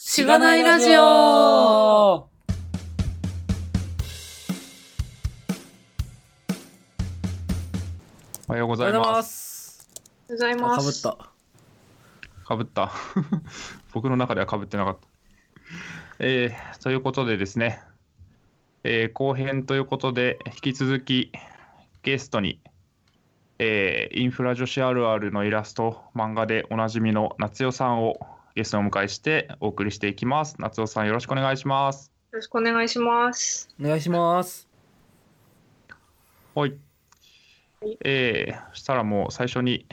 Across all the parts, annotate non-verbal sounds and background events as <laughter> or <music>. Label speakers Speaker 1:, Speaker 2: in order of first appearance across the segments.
Speaker 1: しがないラジオ
Speaker 2: おはようご
Speaker 1: おは
Speaker 2: ざ
Speaker 1: よ
Speaker 2: いう
Speaker 1: ござい
Speaker 2: ま。
Speaker 1: ますす。
Speaker 3: ござい
Speaker 1: あ
Speaker 3: ま
Speaker 1: かぶっ
Speaker 3: す。
Speaker 1: た。
Speaker 2: かぶった。 <laughs> 僕の中ではかぶってなかった。えーということでですね、えー後編ということで、引き続きゲストに、えーインフラ女子あるあるのイラスト、漫画でおなじみの夏代さんをゲストにお迎えしてお送りしていきます。夏代さん、よろしくお願いします。
Speaker 3: よろしくお願いします。
Speaker 1: お願いします。
Speaker 2: はい
Speaker 3: はい。
Speaker 2: えー、したらもう最初に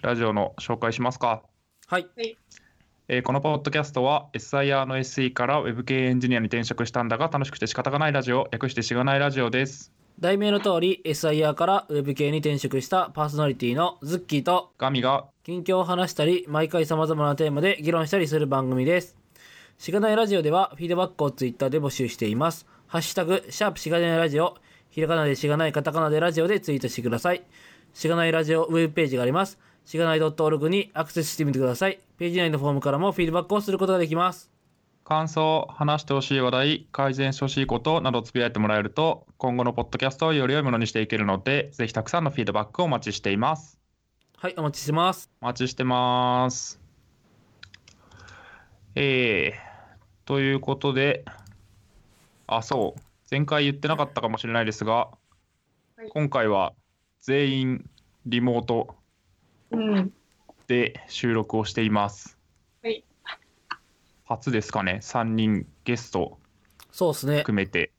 Speaker 2: ラジオの紹介しますか。
Speaker 1: はい。
Speaker 2: えーこのポッドキャストは SIR の SE から Web 系エンジニアに転職したんだが楽しくて仕方がないラジオ、略してしがないラジオです。
Speaker 1: 題名の通り、SIR からウェブ系に転職したパーソナリティのズッキーと、
Speaker 2: ガミが
Speaker 1: 近況を話したり、毎回様々なテーマで議論したりする番組です。しがないラジオでは、フィードバックをツイッターで募集しています。ハッシュタグ、シャープしがないラジオ、ひらがなでしがない、カタカナでラジオでツイートしてください。しがないラジオウェブページがあります。しがない .org にアクセスしてみてください。ページ内のフォームからもフィードバックをすることができます。
Speaker 2: 感想、話してほしい話題、改善してほしいことなどつぶやいてもらえると、今後のポッドキャストをより良いものにしていけるので、ぜひたくさんのフィードバックをお待ちしています。
Speaker 1: はい、お待ちしてます。
Speaker 2: お待ちしてます。えー、ということで、あ、そう、前回言ってなかったかもしれないですが、
Speaker 3: はい
Speaker 2: 今回は全員リモート
Speaker 3: うん。
Speaker 2: で収録をしています。
Speaker 3: はい。
Speaker 2: 初ですかね、3人ゲスト
Speaker 1: そうですね。
Speaker 2: 含めて。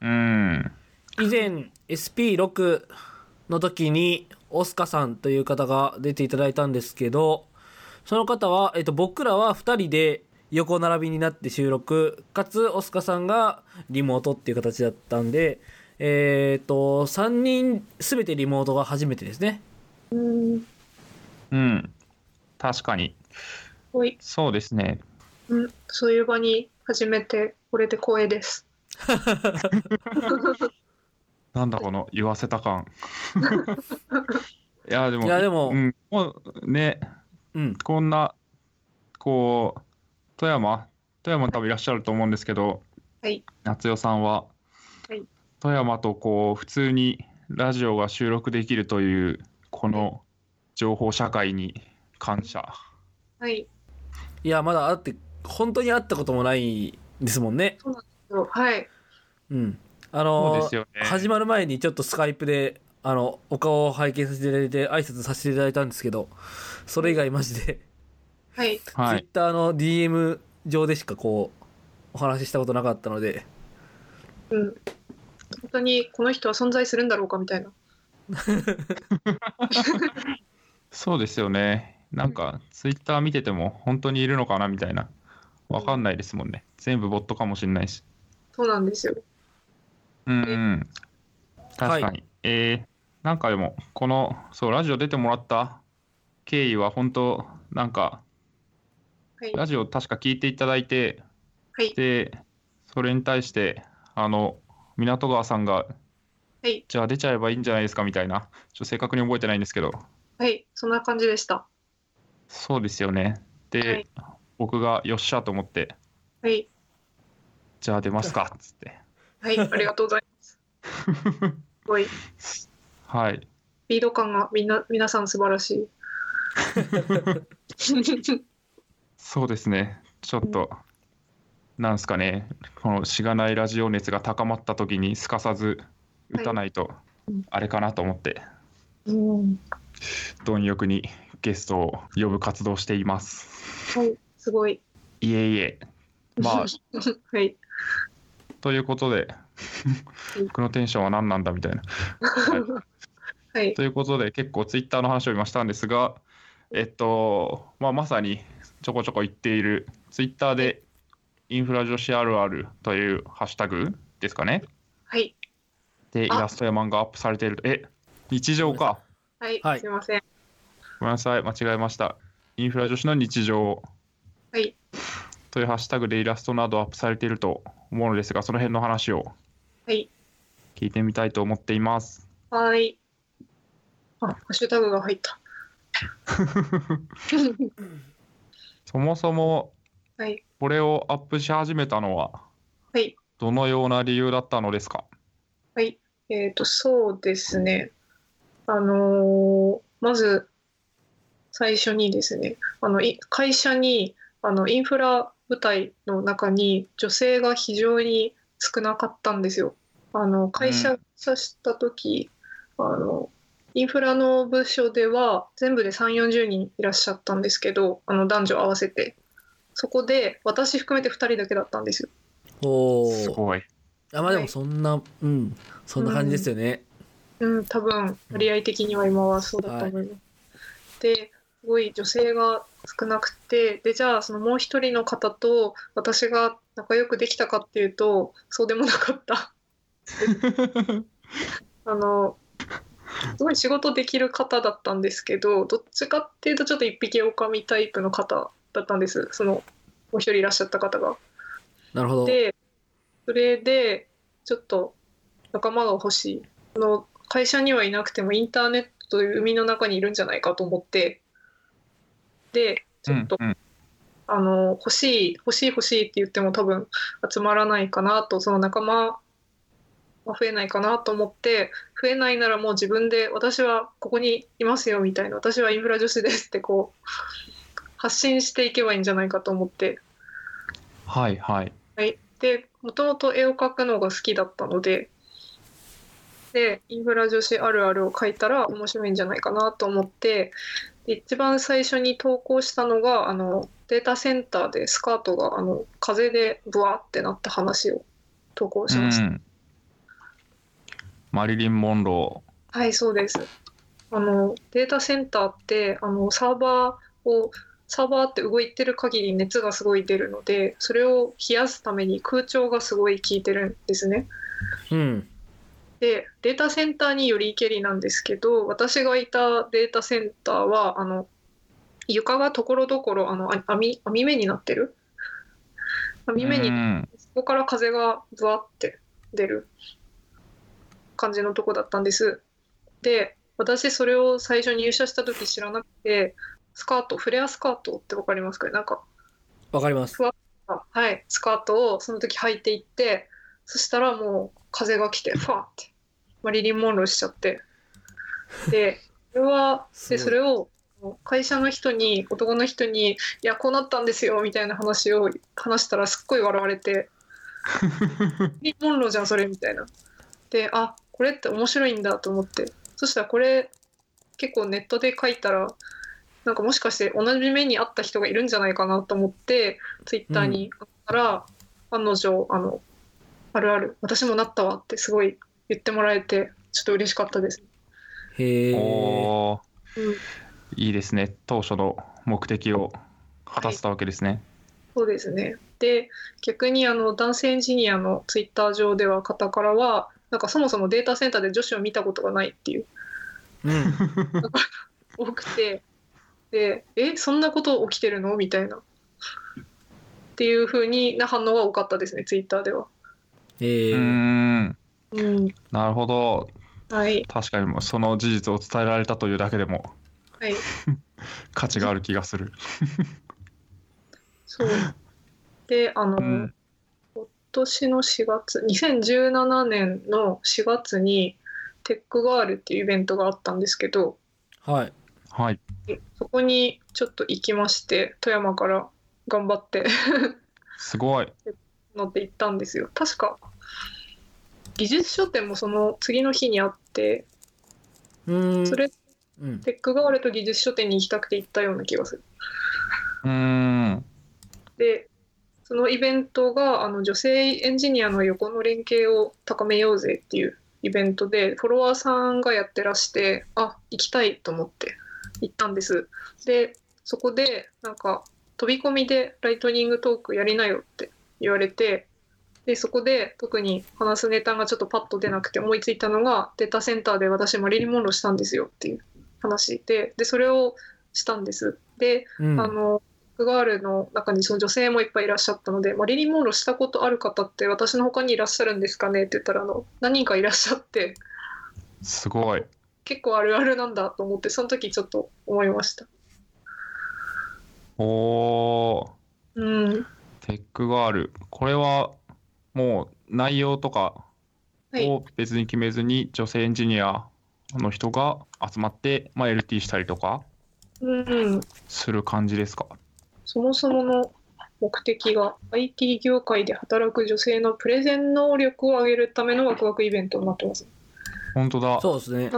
Speaker 2: うん、
Speaker 1: 以前 SP6 の時にオスカさんという方が出ていただいたんですけどその方は、えっと、僕らは2人で横並びになって収録かつオスカさんがリモートっていう形だったんでえーっと3人全てリモートが初めてですね
Speaker 3: うん。
Speaker 2: うん、確かに。
Speaker 3: ほい。
Speaker 2: そうですね。
Speaker 3: うん。そういう場に初めて、これで光栄
Speaker 1: <laughs>
Speaker 3: です。
Speaker 2: なんだこの言わせた感。 <laughs> いや、でも、
Speaker 1: いやでも
Speaker 2: うん、もうね、
Speaker 1: うん
Speaker 2: こんな、こう、富山、富山に多分いらっしゃると思うんですけど、
Speaker 3: はい
Speaker 2: 夏代さんは、
Speaker 3: はい
Speaker 2: 富山とこう、普通にラジオが収録できるという、この情報社会に感謝。
Speaker 3: はい。
Speaker 1: いやまだ会って本当に会ったこともないですもんね
Speaker 3: はい。
Speaker 1: うんあ
Speaker 2: そう
Speaker 1: の
Speaker 2: ですよね。
Speaker 1: 始まる前にちょっとスカイプであのお顔を拝見させていただいて挨拶させていただいたんですけどそれ以外マジで、
Speaker 3: はい。
Speaker 2: はい。
Speaker 1: Twitter の DM 上でしかこうお話ししたことなかったので
Speaker 3: うん。本当にこの人は存在するんだろうかみたいな。
Speaker 2: そうですよね。なんか、ツイッター見てても、本当にいるのかなみたいな。わかんないですもんね。全部ボットかもしれないし。
Speaker 3: そうなんですよ。
Speaker 2: うん、うん。確かに。
Speaker 1: は
Speaker 2: えーなんかでも、この、そう、ラジオ出てもらった経緯は、本当なんか、
Speaker 3: はい。
Speaker 2: ラジオ確か聞いていただいて、
Speaker 3: はい。
Speaker 2: で、それに対して、あの、港川さんが、
Speaker 3: はい。
Speaker 2: じゃあ出ちゃえばいいんじゃないですかみたいな、ちょっと正確に覚えてないんですけど、
Speaker 3: はい。そんな感じでした。
Speaker 2: そうですよね。で、僕がよっしゃと思って、
Speaker 3: はい。
Speaker 2: じゃあ出ますかっつって。
Speaker 3: はい。ありがとうございます。すごい。
Speaker 2: はい。
Speaker 3: スピード感がみんな、皆さん素晴らしい。
Speaker 2: そうですね。ちょっと、なんすかね、このしがないラジオ熱が高まった時にすかさず打たないと
Speaker 3: うん、
Speaker 2: あれかなと思って、
Speaker 3: うん。
Speaker 2: 貪欲にゲストを呼ぶ活動をしています。
Speaker 3: はい。すごい。
Speaker 2: いえいえ。まあ、
Speaker 3: <laughs>
Speaker 2: <laughs>
Speaker 3: はい。
Speaker 2: ということで、僕のテンションは何なんだみたいな。
Speaker 3: はい。
Speaker 2: ということで、結構ツイッターの話を今したんですが、えっと、まあ、まさにちょこちょこ言っている、ツイッターで、インフラ女子あるあるというハッシュタグですかね。
Speaker 3: はい。
Speaker 2: で、イ
Speaker 3: あ
Speaker 2: ラストや漫画アップされている。え、日常か。
Speaker 3: はい。
Speaker 1: はい
Speaker 3: すいません。
Speaker 2: ごめんなさい、間違えました。インフラ女子の日常
Speaker 3: はい。
Speaker 2: というハッシュタグでイラストなどアップされていると思うのですが、その辺の話を
Speaker 3: はい。
Speaker 2: 聞いてみたいと思っています。
Speaker 3: はい。あ、ハッシュタグが入った。
Speaker 2: そもそも、
Speaker 3: はい。
Speaker 2: これをアップし始めたのは、
Speaker 3: はい。
Speaker 2: どのような理由だったのですか
Speaker 3: はい。えっ、と、そうですね。あのーまず、最初にですね、あの、い会社に、あの、インフラ部隊の中に女性が非常に少なかったんですよ。あの、会
Speaker 2: う
Speaker 3: 社社した時、あの、インフラの部署では全部で3、40人いらっしゃったんですけど、あの、男女合わせて。そこで私含めて2人だけだったんですよ。
Speaker 1: お
Speaker 2: す
Speaker 1: ー。
Speaker 2: ごい。
Speaker 1: あ、まあでもそんな、うん。そんな感じですよね。
Speaker 3: うん、多分割合的には今はそうだと思います。ですごい女性が少なくてでじゃあそのもう一人の方と私が仲良くできたかっていうとそうでもなかった。あのすごい仕事できる方だったんですけどどっちかっていうとちょっと一匹狼タイプの方だったんですそのもう一人いらっしゃった方が。
Speaker 1: なるほど。
Speaker 3: でそれでちょっと仲間が欲しいあの会社にはいなくてもインターネットという海の中にいるんじゃないかと思ってでちょっと、
Speaker 2: うんうん
Speaker 3: あの欲しい欲しい欲しいって言っても多分集まらないかなとその仲間が増えないかなと思って増えないならもう自分で私はここにいますよみたいな私はインフラ女子ですってこう発信していけばいいんじゃないかと思って
Speaker 2: はいはい。
Speaker 3: はい、でもともと絵を描くのが好きだったのででインフラ女子あるあるを描いたら面白いんじゃないかなと思ってで一番最初に投稿したのがあのデータセンターでスカートがあの風でブワーってなった話を投稿しました。
Speaker 2: うんマリリン・モンロ
Speaker 3: はい、そうです。あのデータセンターってあのサーバーをサーバーって動いてる限り熱がすごい出るのでそれを冷やすために空調がすごい効いてるんですね。
Speaker 1: うん。
Speaker 3: でデータセンターによりけりなんですけど私がいたデータセンターはあの床がところどころあのあ網網目になってる
Speaker 2: ー。
Speaker 3: 網目に
Speaker 2: うん
Speaker 3: そこから風がぶわって出る感じのとこだったんですで私それを最初入社した時知らなくてスカートフレアスカートってわかりますかねなんか
Speaker 1: わかります。
Speaker 3: あはい、スカートをその時履いていってそしたらもう風が
Speaker 1: <laughs>
Speaker 3: 来てファーってマリリン・モンローしちゃって
Speaker 1: <laughs>
Speaker 3: でそれは
Speaker 1: すご
Speaker 3: で
Speaker 1: い
Speaker 3: それを会社の人に男の人に「いやこうなったんですよ」みたいな話を話したらすっごい笑わ
Speaker 1: <laughs>
Speaker 3: れて「マリリン・モンローじゃんそれ」みたいな。であこれって面白いんだと思ってそしたらこれ結構ネットで書いたらなんかもしかして同じ目にあった人がいるんじゃないかなと思ってツイッターにあったら、案の定あの「あるある私もなったわ」ってすごい言ってもらえてちょっと嬉しかったです。
Speaker 1: へえ。
Speaker 2: おー
Speaker 3: うん、
Speaker 2: いいですね。当初の目的を果たせたわけですね。
Speaker 3: そうですねで逆にあの男性エンジニアのツイッター上では方からはなんかそもそもデータセンターで女子を見たことがないっていう
Speaker 1: うん。
Speaker 3: 多くてでえそんなこと起きてるのみたいなっていう風にな反応が多かったですねツイッターでは。
Speaker 1: へ
Speaker 2: うー
Speaker 1: え。
Speaker 2: ん。
Speaker 3: うん、
Speaker 2: なるほど。
Speaker 3: はい、
Speaker 2: 確かにもうその事実を伝えられたというだけでも
Speaker 3: はい、
Speaker 2: 価値がある気がする。
Speaker 3: そうであの、
Speaker 2: うん
Speaker 3: 今年の4月2017年の4月にテックガールっていうイベントがあったんですけど
Speaker 1: はい。
Speaker 2: はい。
Speaker 3: そこにちょっと行きまして富山から頑張って <laughs>
Speaker 2: すごい。
Speaker 3: 乗って行ったんですよ確か技術書店もその次の日にあって
Speaker 1: うーん。
Speaker 3: それ
Speaker 1: うん。
Speaker 3: テックガールと技術書店に行きたくて行ったような気がする
Speaker 2: うーん。
Speaker 3: でそのイベントがあの女性エンジニアの横の連携を高めようぜっていうイベントでフォロワーさんがやってらしてあ行きたいと思って行ったんですでそこでなんか飛び込みでライトニングトークやりなよって言われてでそこで特に話すネタがちょっとパッと出なくて思いついたのがデータセンターで私マリリン・モンローしたんですよっていう話ででそれをしたんですで
Speaker 1: うん。
Speaker 3: あのブガールの中にその女性もいっぱいいらっしゃったので、マリリン・モンローしたことある方って私の他にいらっしゃるんですかねって言ったらあの何人かいらっしゃって
Speaker 2: すごい。
Speaker 3: 結構あるあるなんだと思ってその時ちょっと思いました。
Speaker 2: おー。
Speaker 3: うん、
Speaker 2: テックガール。これはもう内容とか
Speaker 3: はい
Speaker 2: を別に決めずに女性エンジニアの人が集まって、まあ、LT したりとか
Speaker 3: うん、
Speaker 2: する感じですか。
Speaker 3: そもそもの目的が IT 業界で働く女性のプレゼン能力を上げるためのワクワクイベントになってます。
Speaker 2: 本当だ。
Speaker 1: そうですね。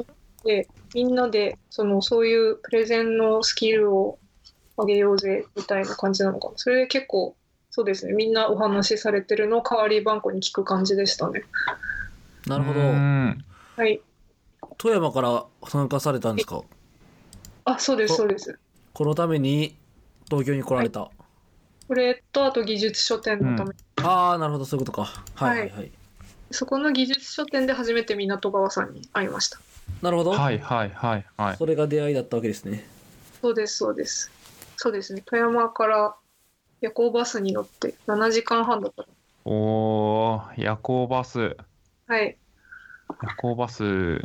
Speaker 3: でみんなでそのそういうプレゼンのスキルを上げようぜみたいな感じなのかなそれで結構そうですねみんなお話しされてるのを代わりばんこに聞く感じでしたね
Speaker 1: なるほ
Speaker 2: う
Speaker 1: ど。
Speaker 2: ん
Speaker 3: はい
Speaker 1: 富山から参加されたんですか
Speaker 3: あそうです
Speaker 1: お
Speaker 3: そうです
Speaker 1: このために東京に来られた。
Speaker 3: これとあと技術書店のため、
Speaker 1: ああ、なるほど、そういうことか。はいはいはい。
Speaker 3: そこの技術書店で初めて港川さんに会いました
Speaker 1: なるほど。
Speaker 2: はいはいはいはい。
Speaker 1: それが出会いだったわけですね。
Speaker 3: そうですそうですそうですね富山から夜行バスに乗って7時間半だったか
Speaker 2: おー、夜行バス。
Speaker 3: なはい
Speaker 2: 夜行バス、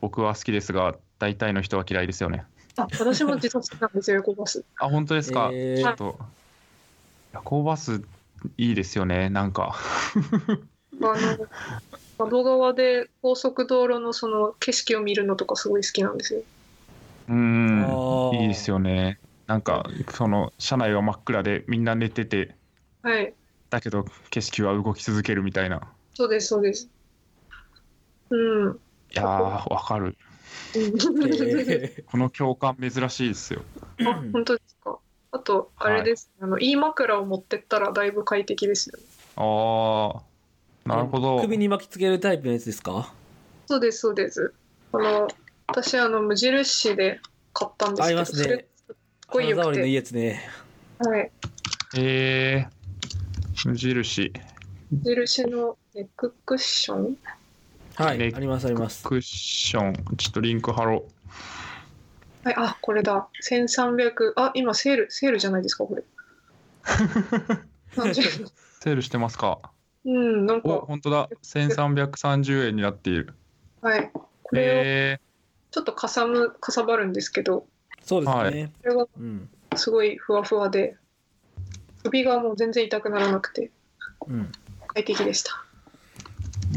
Speaker 2: 僕は好きですが、大体の人は嫌いですよね。
Speaker 3: あ私も自殺なんですよ夜行バス
Speaker 2: あ、本当ですか。
Speaker 1: え
Speaker 2: ちょ
Speaker 1: ー
Speaker 2: っと、夜行バス、いいですよね、なんか。
Speaker 3: あの窓側で高速道路のその景色を見るのとかすごい好きなんですよ。
Speaker 2: う
Speaker 1: あ
Speaker 2: ん。
Speaker 1: ー
Speaker 2: いいですよね。なんか、その、車内は真っ暗で、みんな寝てて、
Speaker 3: はい、
Speaker 2: だけど、景色は動き続けるみたいな。
Speaker 3: そうですそうです。うん。うん
Speaker 2: いや
Speaker 1: <laughs>
Speaker 2: ー、わかる。
Speaker 1: え
Speaker 2: この共感、珍しいですよ。
Speaker 3: あ <laughs> 本当ですか。あとあれです、あのいい枕を持ってったらだいぶ快適ですよ、ね。
Speaker 2: あー、なるほど。
Speaker 1: ー首に巻きつけるタイプのやつですか
Speaker 3: そうですそうです。あの私あの無印で買ったんです
Speaker 1: 合
Speaker 3: け
Speaker 1: い
Speaker 3: ど、
Speaker 1: ます
Speaker 3: それ
Speaker 1: ね
Speaker 3: す。ごい
Speaker 1: 肌
Speaker 3: 良
Speaker 1: 触
Speaker 3: く
Speaker 1: りのいい
Speaker 3: て、
Speaker 1: やつね。
Speaker 3: はい、
Speaker 2: えー、無印。
Speaker 3: 無印のネッククッション
Speaker 1: は
Speaker 2: ね
Speaker 1: い、ありますあります。
Speaker 2: クッション、ちょっとリンク貼ろ
Speaker 3: はい、あ、これだ。1300。あ、今セール、セールじゃないですか、
Speaker 1: <laughs>
Speaker 3: これ。30
Speaker 2: う。セールしてますか。
Speaker 3: うん、なん
Speaker 2: お、
Speaker 3: か、
Speaker 2: 本当だ。1330円になっている。
Speaker 3: はい。これを
Speaker 2: え
Speaker 3: ちょっとかさむ、かさばるんですけど、
Speaker 1: そうですね。
Speaker 2: は
Speaker 3: これが
Speaker 1: うん。
Speaker 3: すごいふわふわで、首がもう全然痛くならなくて、
Speaker 1: うん。
Speaker 3: 快適でした。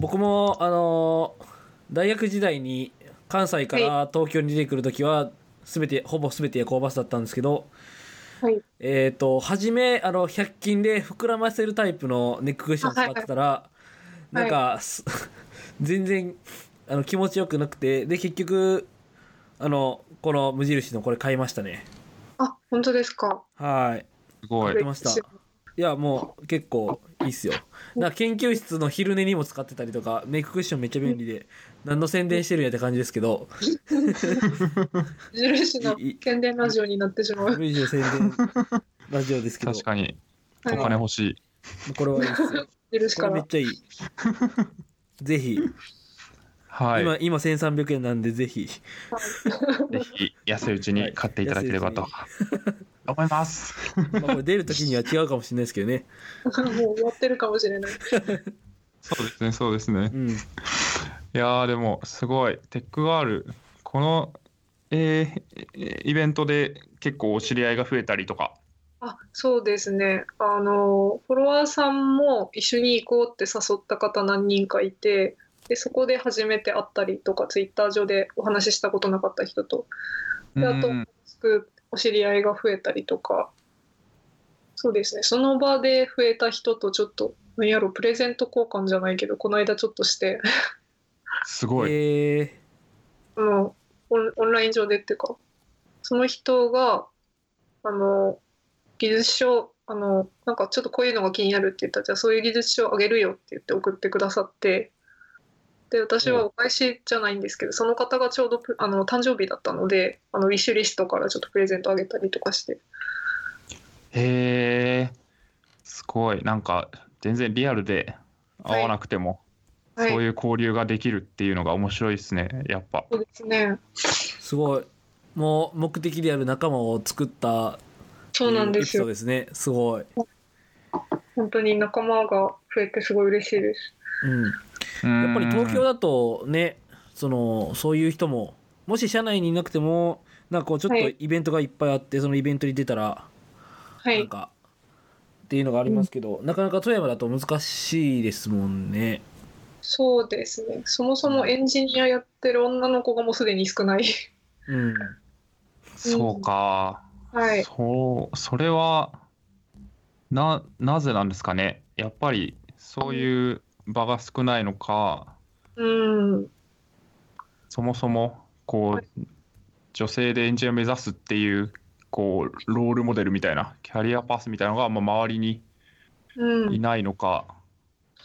Speaker 1: 僕も、あのー大学時代に関西から東京に出てくるときは、すべて、ほぼすべて夜行バスだったんですけど、
Speaker 3: はい。
Speaker 1: えっ、と、初め、あの、100均で膨らませるタイプのネッククッション使ってたら、
Speaker 3: いはい
Speaker 1: なんか、す <laughs> 全然、あの、気持ちよくなくて、で、結局、あの、この無印のこれ買いましたね。
Speaker 3: あ、本当ですか。
Speaker 1: はい。
Speaker 2: ー、すご
Speaker 1: や
Speaker 2: い
Speaker 1: っ。てましたいや、もう、結構、いいっすよ。なんか研究室の昼寝にも使ってたりとか、ネッククッションめっちゃ便利で、何の宣伝してるんやって感じですけど、
Speaker 3: 無印の
Speaker 1: いい
Speaker 3: 宣伝ラジオになってしまう。
Speaker 1: 無印の宣
Speaker 2: <laughs>
Speaker 1: 伝、ラジオですけど、
Speaker 2: 確かに、お
Speaker 3: はい。
Speaker 2: 金欲しい。
Speaker 1: これはいいっすよ。
Speaker 3: 無印
Speaker 1: こ
Speaker 3: か
Speaker 1: れめ
Speaker 3: ら
Speaker 1: っ。ちゃいい。ぜひ、
Speaker 2: はい。
Speaker 1: 今、今1300円なんで、ぜひ。
Speaker 2: ぜひ、安いうちに買っていただければと。
Speaker 1: は
Speaker 2: 思います。 <laughs>
Speaker 1: まあ、これ出るときには違うかもしれないですけどね。
Speaker 3: <laughs> もう終わってるかもしれない。
Speaker 2: そうですね、そうですね
Speaker 1: う。ん。
Speaker 2: いやー、でも、すごい。テックガール、この、えー、イベントで結構お知り合いが増えたりとか。
Speaker 3: あ、そうですね。あの、フォロワーさんも一緒に行こうって誘った方何人かいて、で、そこで初めて会ったりとか、ツイッター上でお話ししたことなかった人と、であと
Speaker 2: うん
Speaker 3: お知り合いが増えたりとか、そうですね。その場で増えた人とちょっと、なんやろ、プレゼント交換じゃないけど、この間ちょっとして、 <laughs>
Speaker 2: すごい。
Speaker 1: えー、
Speaker 3: あのオンオンライン上でっていうかその人があの技術書あのなんかちょっとこういうのが気になるって言ったらじゃあそういう技術書あげるよって言って送ってくださってで私はお返しじゃないんですけどその方がちょうどプあの誕生日だったのであのウィッシュリストからちょっとプレゼントあげたりとかして
Speaker 2: へえー、すごい。なんか、全然リアルで会わなくても、
Speaker 3: はい
Speaker 2: そういう交流ができるっていうのが面白いですね、やっぱ。
Speaker 3: そうですね
Speaker 1: すごい。もう、目的である仲間を作った、
Speaker 3: そうなんで
Speaker 1: エピソ
Speaker 3: すよ
Speaker 1: ードですね。すごい。
Speaker 3: 本当に仲間が増えてすごい嬉しいです
Speaker 1: うん。
Speaker 2: や
Speaker 1: やっぱり東京だとね、そのそういう人も、もし社内にいなくても、なんかこうちょっ
Speaker 3: は
Speaker 1: と
Speaker 3: い
Speaker 1: イベントがいっぱいあって、そのイベントに出たら、
Speaker 3: は
Speaker 1: なん
Speaker 3: い
Speaker 1: か、っていうのがありますけど、なかなか富山だと難しいですもんね。
Speaker 3: そうですね。そもそもエンジニアやってる女の子がもうすでに少ない。
Speaker 1: うん。
Speaker 2: そうか。
Speaker 3: はい。
Speaker 2: そう、それは、な、なぜなんですかね。やっぱり、そういう場が少ないのか、
Speaker 3: うん。
Speaker 2: そもそも、こ
Speaker 3: は
Speaker 2: う、女性でエンジニアを目指すっていう、こう、ロールモデルみたいな、キャリアパスみたいなのが、まあ、周りに
Speaker 3: う
Speaker 2: い
Speaker 3: ん。
Speaker 2: ないのか。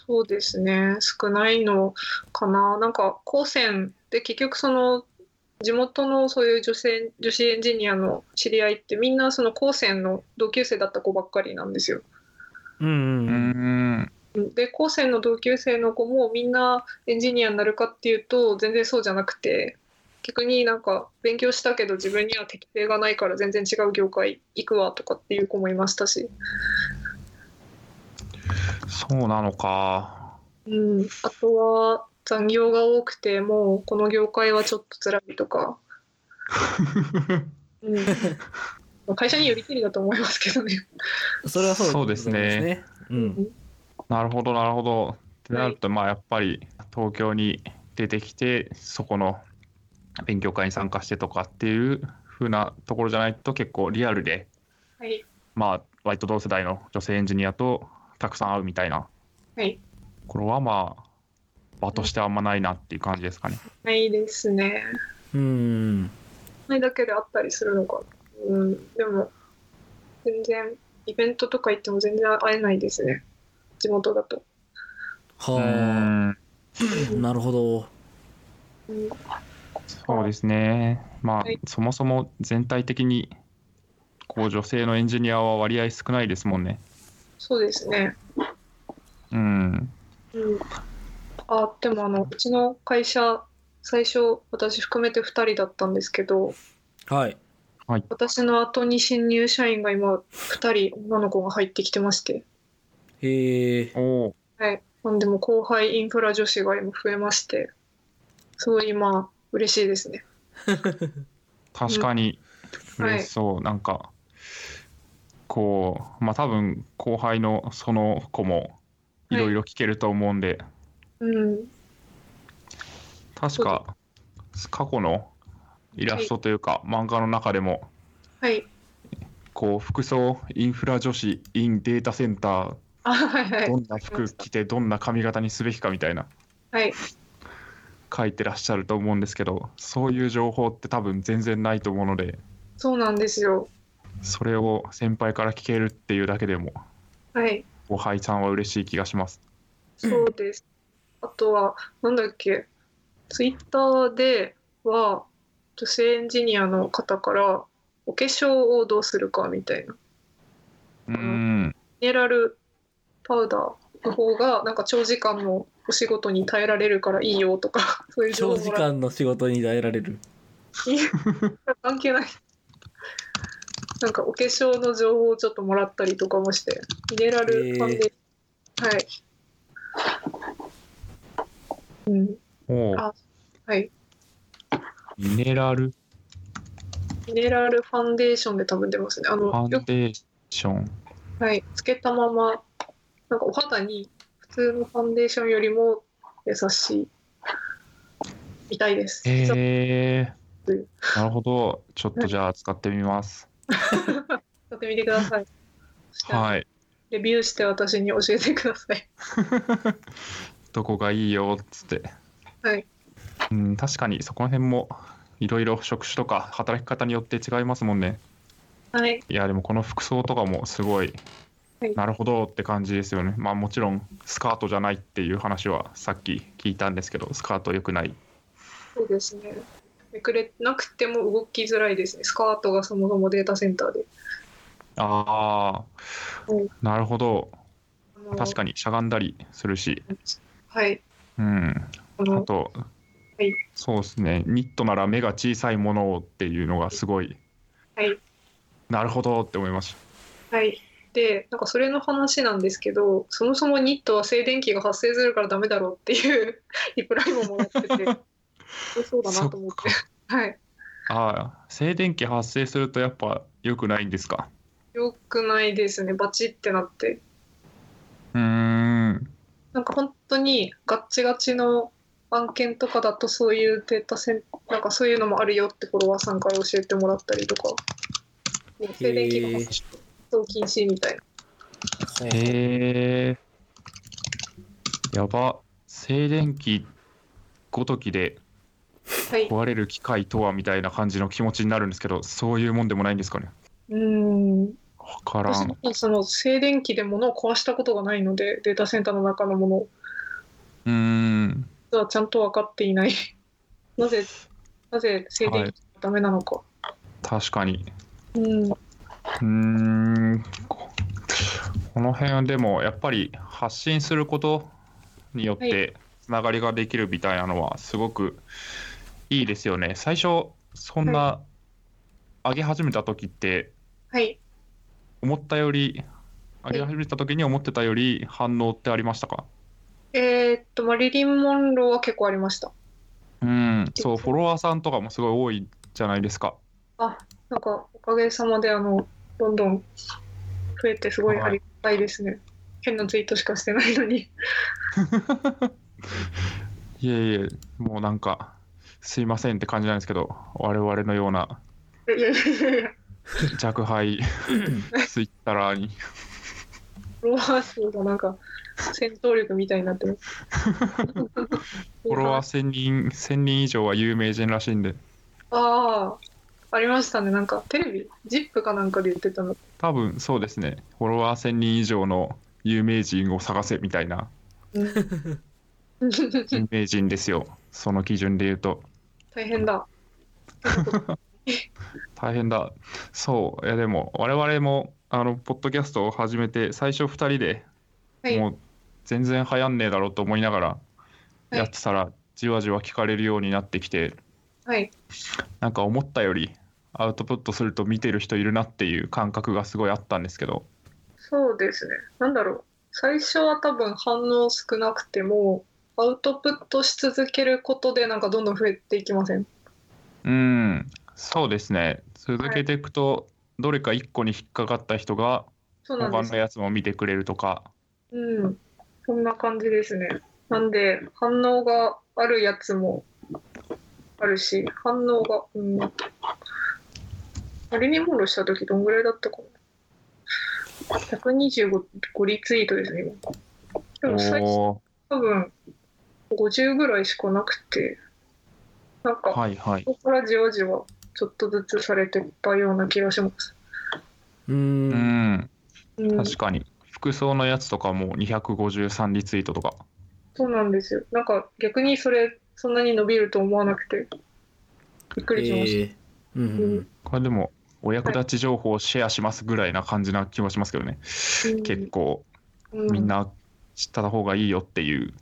Speaker 3: そうですね。少ないのかな。なんか、高専で結局その、地元のそういう女性、女子エンジニアの知り合いってみんなその高専の同級生だった子ばっかりなんですよ。
Speaker 1: うんうん
Speaker 2: うー
Speaker 1: うん。
Speaker 2: ん、
Speaker 3: で、高専の同級生の子もみんなエンジニアになるかっていうと、全然そうじゃなくて、逆になんか勉強したけど自分には適性がないから全然違う業界行くわとかっていう子もいましたし。
Speaker 2: そうなのか。
Speaker 3: うん、あとは残業が多くてもうこの業界はちょっと辛いとか、うん、会社によりきりだと思いますけどね。
Speaker 1: それはそう
Speaker 2: そうですね
Speaker 1: そうですね。うん。
Speaker 2: なるほど、なるほど。ってなると、まあ、やっぱり東京に出てきて、そこの勉強会に参加してとかっていう風なところじゃないと、結構リアルで、
Speaker 3: はい、
Speaker 2: まあ、割と同世代の女性エンジニアとたくさん会うみたいな
Speaker 3: はい、
Speaker 2: これは、まあ、場としてあんまないなっていう感じですかね。
Speaker 3: ないですね。
Speaker 1: うん。
Speaker 3: ないだけであったりするのかな。うん、でも全然イベントとか行っても全然会えないですね。地元だと。
Speaker 2: う
Speaker 1: は
Speaker 2: ん、
Speaker 1: あ。なるほど。
Speaker 3: うん、
Speaker 2: そうですね。まあ
Speaker 3: はい、
Speaker 2: そもそも全体的に、こう、女性のエンジニアは割合少ないですもんね。
Speaker 3: そうですね。
Speaker 2: うん。
Speaker 3: うん、あでもあのうちの会社最初私含めて2人だったんですけど
Speaker 1: はい。
Speaker 3: 私の後に新入社員が今2人女の子が入ってきてまして、
Speaker 1: へえ。
Speaker 2: おお。
Speaker 3: はい、なんでもう後輩インフラ女子が今増えましてすごい今嬉しいですね
Speaker 2: 確かに
Speaker 3: うん
Speaker 2: 嬉しそう、なんかこうまあ多分後輩のその子もいろいろ聞けると思うんで、
Speaker 3: うん
Speaker 2: 確か過去のイラストというか、漫画の中でも
Speaker 3: はい
Speaker 2: こう服装インフラ女子 in データセンター
Speaker 3: あはいはい
Speaker 2: どんな服着てどんな髪型にすべきかみたいな
Speaker 3: はい
Speaker 2: 書いてらっしゃると思うんですけどそういう情報って多分全然ないと思うので
Speaker 3: そうなんですよ
Speaker 2: それを先輩から聞けるっていうだけでも
Speaker 3: はい
Speaker 2: 後輩さんは嬉しい気がします。
Speaker 3: そうです。あとは、なんだっけ、ツイッターでは、女性エンジニアの方から、お化粧をどうするかみたいな、
Speaker 2: うん
Speaker 3: ミネラルパウダーの方が、なんか長時間のお仕事に耐えられるからいいよとか、 <laughs> そういう
Speaker 1: 長
Speaker 3: 情報
Speaker 1: 時
Speaker 3: もらっ
Speaker 1: 間の仕事に耐えられる。
Speaker 3: て、関係ない。なんかお化粧の情報をちょっともらったりとかもして、ミネラルファンデーション、はい。うん、
Speaker 2: おう
Speaker 3: あはい。
Speaker 2: ミネラル
Speaker 3: ミネラルファンデーションで多分出ますね。あ
Speaker 2: ファ
Speaker 3: の、よ
Speaker 2: ン
Speaker 3: く、
Speaker 2: デーション。
Speaker 3: はい、つけたまま、なんかお肌に普通のファンデーションよりも優しい。みたいです。そう
Speaker 2: え
Speaker 3: うん
Speaker 2: ー、なるほど。ちょっとじゃあ使ってみます。
Speaker 3: 使ってみてください。そしたら
Speaker 2: <laughs> はい。
Speaker 3: レビューして私に教えてください。
Speaker 2: どこがいいよっつって。
Speaker 3: はい。
Speaker 2: うん、確かにそこら辺もいろいろ職種とか働き方によって違いますもんね。
Speaker 3: はい。
Speaker 2: いや、でもこの服装とかもすごい
Speaker 3: はい。
Speaker 2: なるほどって感じですよね。まあもちろんスカートじゃないっていう話はさっき聞いたんですけど、スカート良くない。
Speaker 3: そうですね。めくれなくても動きづらいですね。スカートがそもそもデータセンターで。
Speaker 2: ああ、
Speaker 3: うん
Speaker 2: なるほど。
Speaker 3: あの
Speaker 2: 確かにしゃがんだりするし、
Speaker 3: はい。
Speaker 2: うん、
Speaker 3: あ
Speaker 2: あ
Speaker 3: の、
Speaker 2: と、
Speaker 3: い
Speaker 2: そうですね、ニットなら目が小さいものをっていうのがすごい、
Speaker 3: はい。
Speaker 2: なるほどって思いまし
Speaker 3: はい。で、なんかそれの話なんですけど、そもそもニットは静電気が発生するからダメだろうっていう <laughs> リプライももらってて、そうだ
Speaker 2: た。
Speaker 3: なと思っ
Speaker 2: そ
Speaker 3: て。はい。
Speaker 2: っかああ、静電気発生するとやっぱ良くないんですか。
Speaker 3: よくないですねバチってなって
Speaker 2: うーん。
Speaker 3: なんか本当にガッチガチの案件とかだとそういうデータセンなんかそういうのもあるよってフォロワーさんから教えてもらったりとかもう静電気が発動禁止みたいな
Speaker 2: へえ。やば。静電気ごときで
Speaker 3: はい
Speaker 2: 壊れる機械とはみたいな感じの気持ちになるんですけど、そういうもんでもないんですかね。
Speaker 3: うーん
Speaker 2: わから
Speaker 3: 私
Speaker 2: ん。
Speaker 3: もその静電気で物を壊したことがないのでデータセンターの中のもの
Speaker 2: うーん。
Speaker 3: はちゃんと分かっていない <laughs> なぜなぜ静電気がダメなのか、
Speaker 2: 確かに。
Speaker 3: うん
Speaker 2: うーんここの辺はでもやっぱり発信することによっ
Speaker 3: は
Speaker 2: てつながりができるみたいなのはすごくいいですよね。最初そんな上げ始めた時って
Speaker 3: はい
Speaker 2: 思ったより上
Speaker 3: い
Speaker 2: げ始めた時に思ってたより反応ってありましたか
Speaker 3: えーっとマリリン・モンローは結構ありました
Speaker 2: うんそうフォロワーさんとかもすごい多いじゃないですか。
Speaker 3: なんかおかげさまであのどんどん増えてすごいありがたいですね、変なツイートしかしてないのに <laughs>
Speaker 2: いえいえもうなんかすいませんって感じなんですけど我々のようない
Speaker 3: やいやいやいや <laughs>
Speaker 2: 弱敗ツイッターに
Speaker 3: フォロワー数がなんか戦闘力みたいになってます
Speaker 2: フォロワー1000人、1000人以上は有名人らしいんで、
Speaker 3: ああ、ありましたね。なんかテレビ、ZIP かなんかで言ってたの。 <laughs>
Speaker 2: 多分そうですね、フォロワー1000人以上の有名人を探せみたいな、有名人ですよ、その基準で言うと。
Speaker 3: 大変だ。
Speaker 2: 大変だ。そう、いやでも、我々も、あの、ポッドキャストを始めて、最初2人で、
Speaker 3: はい
Speaker 2: もう、全然流行んねえだろうと思いながら、
Speaker 3: い
Speaker 2: やってたら、じわじわ聞かれるようになってきて、
Speaker 3: はい。
Speaker 2: なんか思ったより、アウトプットすると見てる人いるなっていう感覚がすごいあったんですけど、
Speaker 3: そうですね。なんだろう。最初は多分反応少なくても、アウトプットし続けることでなんかどんどん増えていきません。
Speaker 2: うん、そうですね。続けていくと、どれか一個に引っかかった人が、
Speaker 3: そうなん
Speaker 2: 他
Speaker 3: です
Speaker 2: の。やつも見てくれるとか、
Speaker 3: うん。そんな感じですね。なんで、反応があるやつもあるし、反応が、うん。あれにモールした時どんぐらいだったかな。125リツイートですね、今。でも最初
Speaker 2: お
Speaker 3: 多分50ぐらいしかなくて、なん
Speaker 2: ー
Speaker 3: か、
Speaker 2: はいはい。
Speaker 3: ここからじわじわちょっとずつされてったような気がします。
Speaker 1: うー。
Speaker 2: うんん、
Speaker 3: うん、
Speaker 2: 確かに。服装のやつとかも253リツイートとか。
Speaker 3: そうなんですよ。なんか逆にそれ、そんなに伸びると思わなくて、びっくりしました。
Speaker 1: えーうんうんうん
Speaker 2: これでも、お役立ち情報をシェアしますぐらいな感じな気はしますけどね。
Speaker 3: うん
Speaker 2: 結構、
Speaker 3: う
Speaker 2: みん、な知った方がいいよっていう、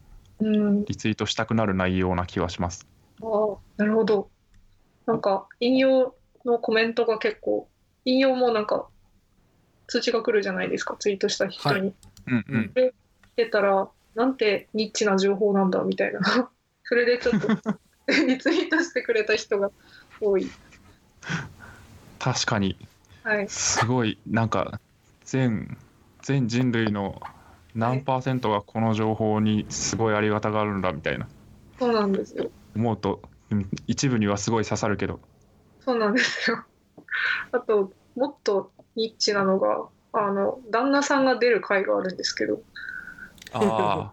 Speaker 3: うん、
Speaker 2: リツイートしたくなる内容な気はします。
Speaker 3: ああ、なるほど。なんか、引用のコメントが結構、引用もなんか、通知が来るじゃないですか、ツイートした人に。
Speaker 2: うんうん。
Speaker 3: 出たら、なんてニッチな情報なんだ、みたいな。 <laughs> それでち
Speaker 2: <laughs>
Speaker 3: ょっと、リツイートしてくれた人が多い。
Speaker 2: 確かに。
Speaker 3: はい。
Speaker 2: すごいなんか全全人類の何パーセントがこの情報にすごいありがたがあるんだみたいな
Speaker 3: そうなんですよ。
Speaker 2: 思うとうん一部にはすごい刺さるけど
Speaker 3: そうなんですよ。 <laughs> あと、もっとニッチなのが、あの、旦那さんが出る回があるんですけど、
Speaker 2: ああ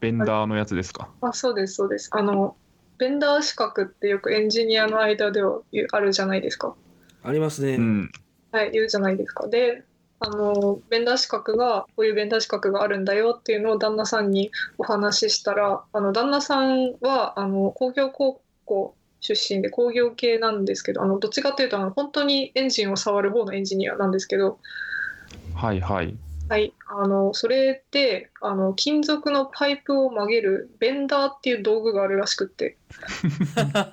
Speaker 2: ベンダーのやつですか
Speaker 3: あ、そうです、そうです。あの、ベンダー資格ってよくエンジニアの間では言うあるじゃないですか。
Speaker 1: ありますね。
Speaker 2: うん
Speaker 3: はい、言うじゃないですか。で、あの、ベンダー資格が、こういうベンダー資格があるんだよっていうのを旦那さんにお話ししたら、あの、旦那さんは、あの、工業高校出身で工業系なんですけど、あの、どっちかっていうと、あの、本当にエンジンを触る方のエンジニアなんですけど、
Speaker 2: はいはい
Speaker 3: はい、あのそれであの金属のパイプを曲げるベンダーっていう道具があるらしくって。 <laughs>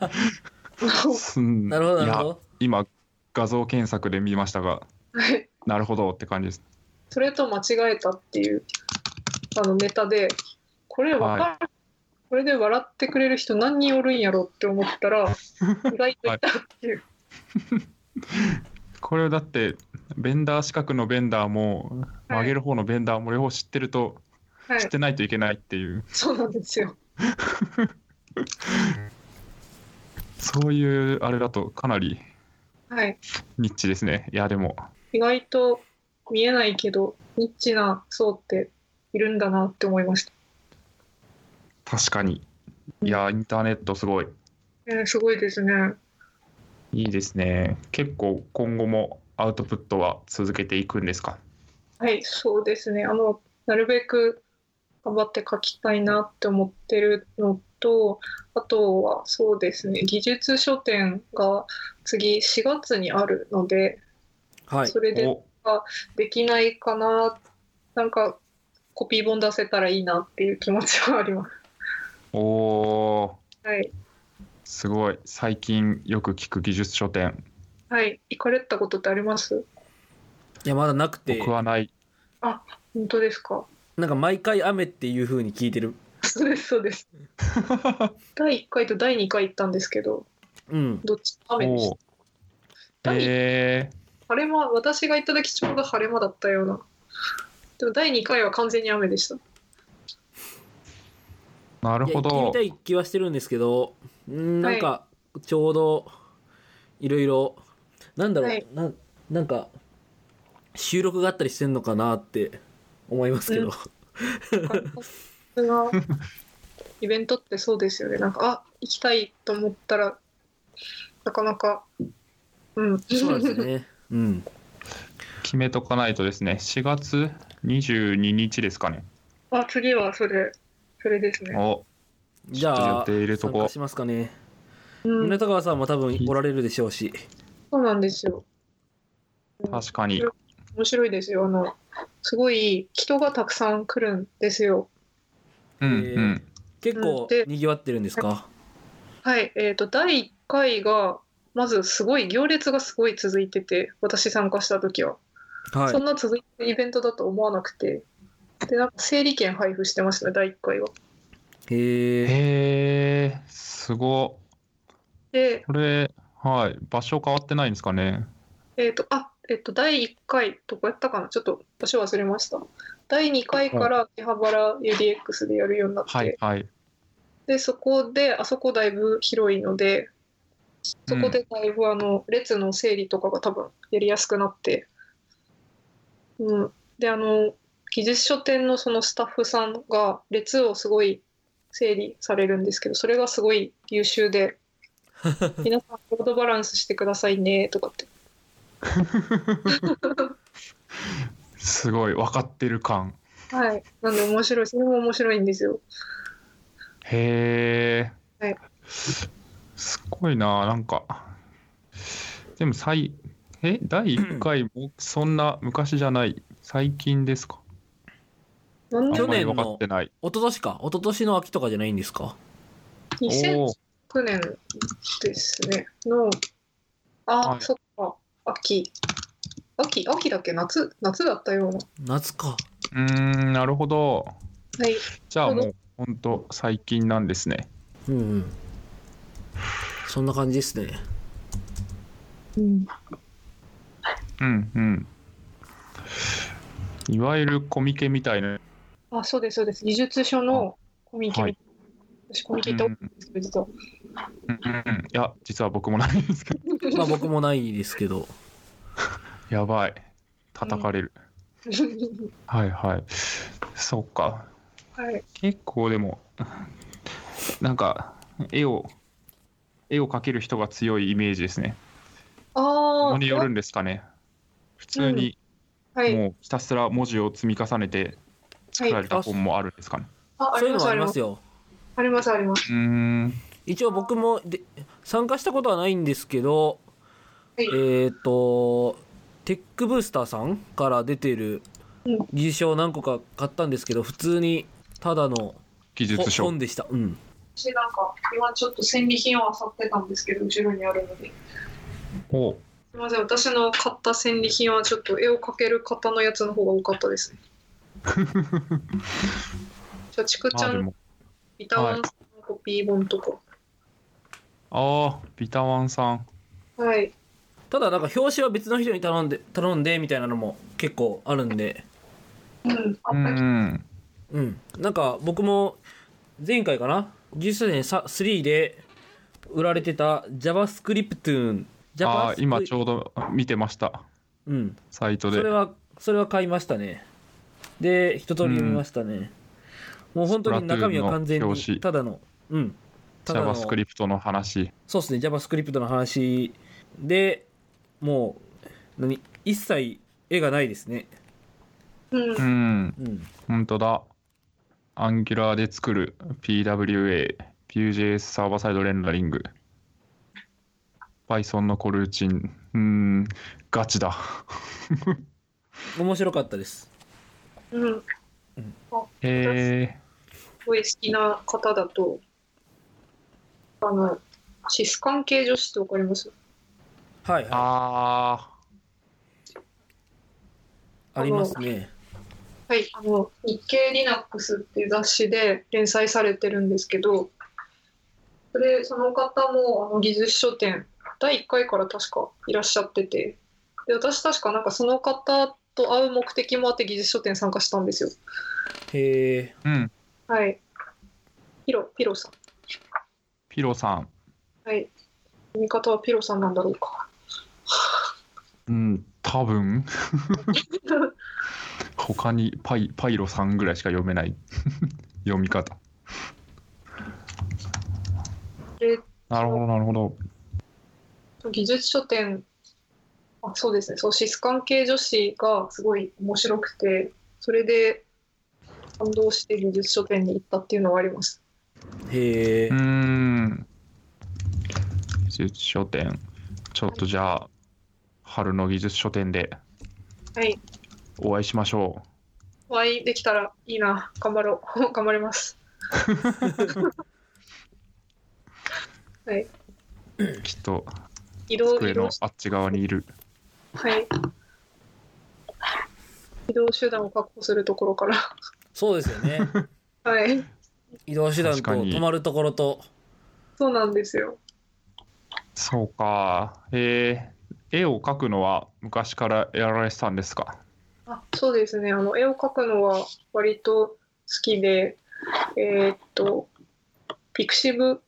Speaker 2: すん
Speaker 1: なるほど、ないる
Speaker 2: や
Speaker 1: ほど。
Speaker 2: 今画像検索で見ましたが
Speaker 3: はい
Speaker 2: なるほどって感じです
Speaker 3: それと間違えたっていうあのネタでこれわかる、
Speaker 2: は
Speaker 3: これで笑ってくれる人何人おるんやろって思
Speaker 2: <laughs>
Speaker 3: ったら意外といたっていう、
Speaker 2: これだってベンダー資格のベンダーも、
Speaker 3: はい
Speaker 2: 上げる方のベンダーも両方知ってると、
Speaker 3: は
Speaker 2: 知
Speaker 3: い
Speaker 2: っ、てないといけないっていう、
Speaker 3: そうなんですよ。
Speaker 2: そういうあれだとかなり
Speaker 3: はい、
Speaker 2: ニッチですね。いや、でも、
Speaker 3: 意外と見えないけど、ニッチな層っているんだなって思いました。
Speaker 2: 確かに。いや、インターネットすごい。
Speaker 3: えーすごいですね。
Speaker 2: いいですね。結構今後もアウトプットは続けていくんですか
Speaker 3: はい、そうですね。あの、なるべく頑張って書きたいなって思ってるのと、あとはそうですね、技術書店が次4月にあるので、
Speaker 1: はい
Speaker 3: そ。れで
Speaker 2: お
Speaker 3: できないかな、なんかコピー本出せたらいいなっていう気持ちはあります。
Speaker 2: おー
Speaker 3: はい。
Speaker 2: すごい。最近よく聞く技術書店。
Speaker 3: はい。行かれたことってあります
Speaker 1: いや、まだなくて
Speaker 2: 僕、はない。
Speaker 3: 本当ですか
Speaker 1: なんか毎回雨っていう風に聞いてる。
Speaker 3: そうです、そうです。第1回と第2回行ったんですけど、
Speaker 1: うん。
Speaker 3: どっちも雨でした
Speaker 2: お。ーへ
Speaker 3: 晴れ間、私が行った時ちょうど晴れ間だったような。でも第2回は完全に雨で
Speaker 1: <laughs>
Speaker 3: した。
Speaker 2: ーなるほ
Speaker 1: いや行
Speaker 2: ど
Speaker 1: って。みたい気はしてるんですけど、んなんか、ちょうど、いろいろ、なんだろう、
Speaker 3: はい
Speaker 1: な、なんか、収録があったりしてんのかなって思いますけど。
Speaker 3: そのイベントってそうですよね。なんか、あ行きたいと思ったら、なかなか、うん。
Speaker 1: そうなんですよね。 <laughs> うん。
Speaker 2: 決めとかないとですね。4月22日ですかね。
Speaker 3: あ、次はそれ、それですね。
Speaker 2: お
Speaker 1: じゃあ、
Speaker 2: ちょっと予定入れと
Speaker 1: 参
Speaker 2: こう
Speaker 1: 加しますかね。
Speaker 3: うん、
Speaker 1: 港川さんも多分おられるでしょうし。
Speaker 3: そうなんですよ。
Speaker 2: 確かに。
Speaker 3: 面白いですよ。あの、すごい人がたくさん来るんですよ。
Speaker 2: うん
Speaker 1: えー
Speaker 2: うん。
Speaker 1: 結構
Speaker 3: で
Speaker 1: 賑わってるんですか、
Speaker 3: はい、えっ、と、第1回が、まずすごい行列がすごい続いてて、私参加した時は。
Speaker 1: はい
Speaker 3: そんな続いてるイベントだと思わなくて、で、なんか整理券配布してましたね、第1回は。
Speaker 1: へえ
Speaker 2: へえすごっ。
Speaker 3: で、
Speaker 2: これ、はい。場所変わってないんですかね。
Speaker 3: えっ、と、あ、えっ、と、第1回、どこやったかなちょっと、場所忘れました。第2回から秋葉原 UDX でやるようになって、
Speaker 2: はいはい。
Speaker 3: で、そこで、あそこだいぶ広いので、そこでだいぶあの、列の整理とかが多分やりやすくなって、うん。で、あの、技術書店のそのスタッフさんが列をすごい整理されるんですけど、それがすごい優秀で、皆さんロードバランスしてくださいねとかって。
Speaker 2: すごい分かってる感
Speaker 3: はい。なんで面白い。それも面白いんですよ。
Speaker 2: へえ、
Speaker 3: はい
Speaker 2: すごいななんかでも最え第1回もそんな昔じゃない最近ですか
Speaker 3: なん
Speaker 2: あ
Speaker 3: で
Speaker 1: 去
Speaker 2: んまり
Speaker 1: 年の
Speaker 2: 分かってない
Speaker 1: 一昨年か一昨年の秋とかじゃないんですか
Speaker 3: 2019
Speaker 2: おお
Speaker 3: 年ですね。の、あ、
Speaker 2: はい
Speaker 3: そっか。秋。秋、秋だっけ夏、夏だったような。
Speaker 1: 夏か
Speaker 2: うーんなるほど
Speaker 3: はい。
Speaker 2: じゃあもうほんと最近なんですね
Speaker 1: うんうんそんな感じですね
Speaker 3: うん、
Speaker 2: うんうんいわゆるコミケみたいな、
Speaker 3: あ、そうです、そうです。技術書のコミケ、
Speaker 2: はい
Speaker 3: 私コミ
Speaker 2: う
Speaker 3: ケ
Speaker 2: ん
Speaker 3: 行
Speaker 2: う
Speaker 3: っ
Speaker 2: ん
Speaker 3: た
Speaker 2: う
Speaker 3: こと
Speaker 2: ん
Speaker 3: ないんですけど、
Speaker 2: うん、いや実は僕もないんですけど
Speaker 3: 実
Speaker 1: まあ
Speaker 3: は。
Speaker 1: 僕もないですけど
Speaker 2: やばい叩かれる、はいはいそっか
Speaker 3: <laughs> はい。
Speaker 2: 結構でも <laughs> なんか絵を絵を描ける人が強いイメージですね。
Speaker 3: あ
Speaker 2: 何
Speaker 3: あ、
Speaker 2: によるんですかね。普通に
Speaker 3: はい。
Speaker 2: もうひたすら文字を積み重ねて作ら
Speaker 3: はい。
Speaker 2: れた本もあるんですかね。
Speaker 3: あ、あ
Speaker 1: そういう
Speaker 3: りま
Speaker 1: の <laughs>
Speaker 3: す、
Speaker 1: もあ
Speaker 3: あ
Speaker 1: り
Speaker 3: り
Speaker 1: ま
Speaker 3: ますす。
Speaker 1: よ
Speaker 3: あります、あります。
Speaker 2: うーん
Speaker 1: 一応僕もで参加したことはないんですけど
Speaker 3: はい
Speaker 1: えっ、とテックブースターさんから出てる
Speaker 3: うん
Speaker 1: 技術書を何個か買ったんですけど普通にただの
Speaker 2: 技術書。
Speaker 1: 本でしたうん
Speaker 3: 私なんか、今ちょっと戦利品を漁ってたんですけど、後ろにあるので。
Speaker 2: お
Speaker 3: すみません、私の買った戦利品はちょっと絵を描ける方のやつの方が多かったですね。じゃあ、ちくち
Speaker 2: ま
Speaker 3: ゃ
Speaker 2: あで
Speaker 3: ん、
Speaker 2: も
Speaker 3: ビタワンさんのコピー本とか。
Speaker 2: ああビタワンさん
Speaker 3: はい。
Speaker 1: ただなんか表紙は別の人に頼んで頼んでみたいなのも結構あるんで
Speaker 3: うん、あっ
Speaker 2: う
Speaker 3: たり
Speaker 2: ん。
Speaker 1: うんなんか僕も前回かな技術年3で売られてた JavaScript
Speaker 2: ああ、今ち
Speaker 1: ょ
Speaker 2: ょうど見てました。
Speaker 1: うん
Speaker 2: サイトで。
Speaker 1: それはそれは買いましたねで一通り見ましたね、もう本当に中身は完全
Speaker 2: スプラトゥーンの
Speaker 1: に
Speaker 2: 表紙
Speaker 1: ただのうんただの
Speaker 2: JavaScript の話。
Speaker 1: そうですね JavaScript の話でもう何一切絵がないですね
Speaker 3: うん
Speaker 2: う、ん。
Speaker 1: うん
Speaker 2: 本当だ。Angular で作る PWA、Vue.js サーバーサイドレンダリング。Python のコルーチン。うん、ガチだ。
Speaker 1: 面白かったです
Speaker 3: うん、
Speaker 2: え
Speaker 3: すごい好きな方だと、あの、シス関係女子ってわかります
Speaker 1: はいは
Speaker 2: ー、
Speaker 1: い
Speaker 2: あ
Speaker 1: ありますね
Speaker 3: はい、あの、日経リナックスっていう雑誌で連載されてるんですけど、それ、その方も、あの、技術書店、第1回から確かいらっしゃってて、で、私確かなんかその方と会う目的もあって技術書店参加したんですよ。
Speaker 1: へえ
Speaker 2: ー、うん。
Speaker 3: はい。ピロ、ピロさん。
Speaker 2: ピロさん。
Speaker 3: はい。読み方はピロさんなんだろうか。
Speaker 2: うん、多分他にパイパイロさんぐらいしか読めない <laughs> 読み方。
Speaker 3: で、
Speaker 2: なるほど、なるほど。
Speaker 3: 技術書店あそうですねそうシス関係女子がすごい面白くてそれで感動して技術書店に行ったっていうのはあります
Speaker 1: へえ
Speaker 2: うーん。技術書店。ちょっとじゃあ、春の技術書店で
Speaker 3: はい
Speaker 2: お会いしましょ
Speaker 3: お会いできたらいいな頑張ろう <laughs> 頑張ります
Speaker 2: う。きっと、
Speaker 3: 移動移
Speaker 2: 机
Speaker 3: 動
Speaker 2: のあっち側にいる。
Speaker 3: はい移動手段を確保するところから <laughs>
Speaker 1: そうですよね
Speaker 2: <laughs>
Speaker 3: はい
Speaker 1: 移動手段と
Speaker 2: 確かに
Speaker 1: 泊まるところと
Speaker 3: そうなんですよ
Speaker 2: そうか。えー、絵を描くのは昔からやられてたんですか
Speaker 3: あそうですねあの絵を描くのは割と好きでえーっとピクシブ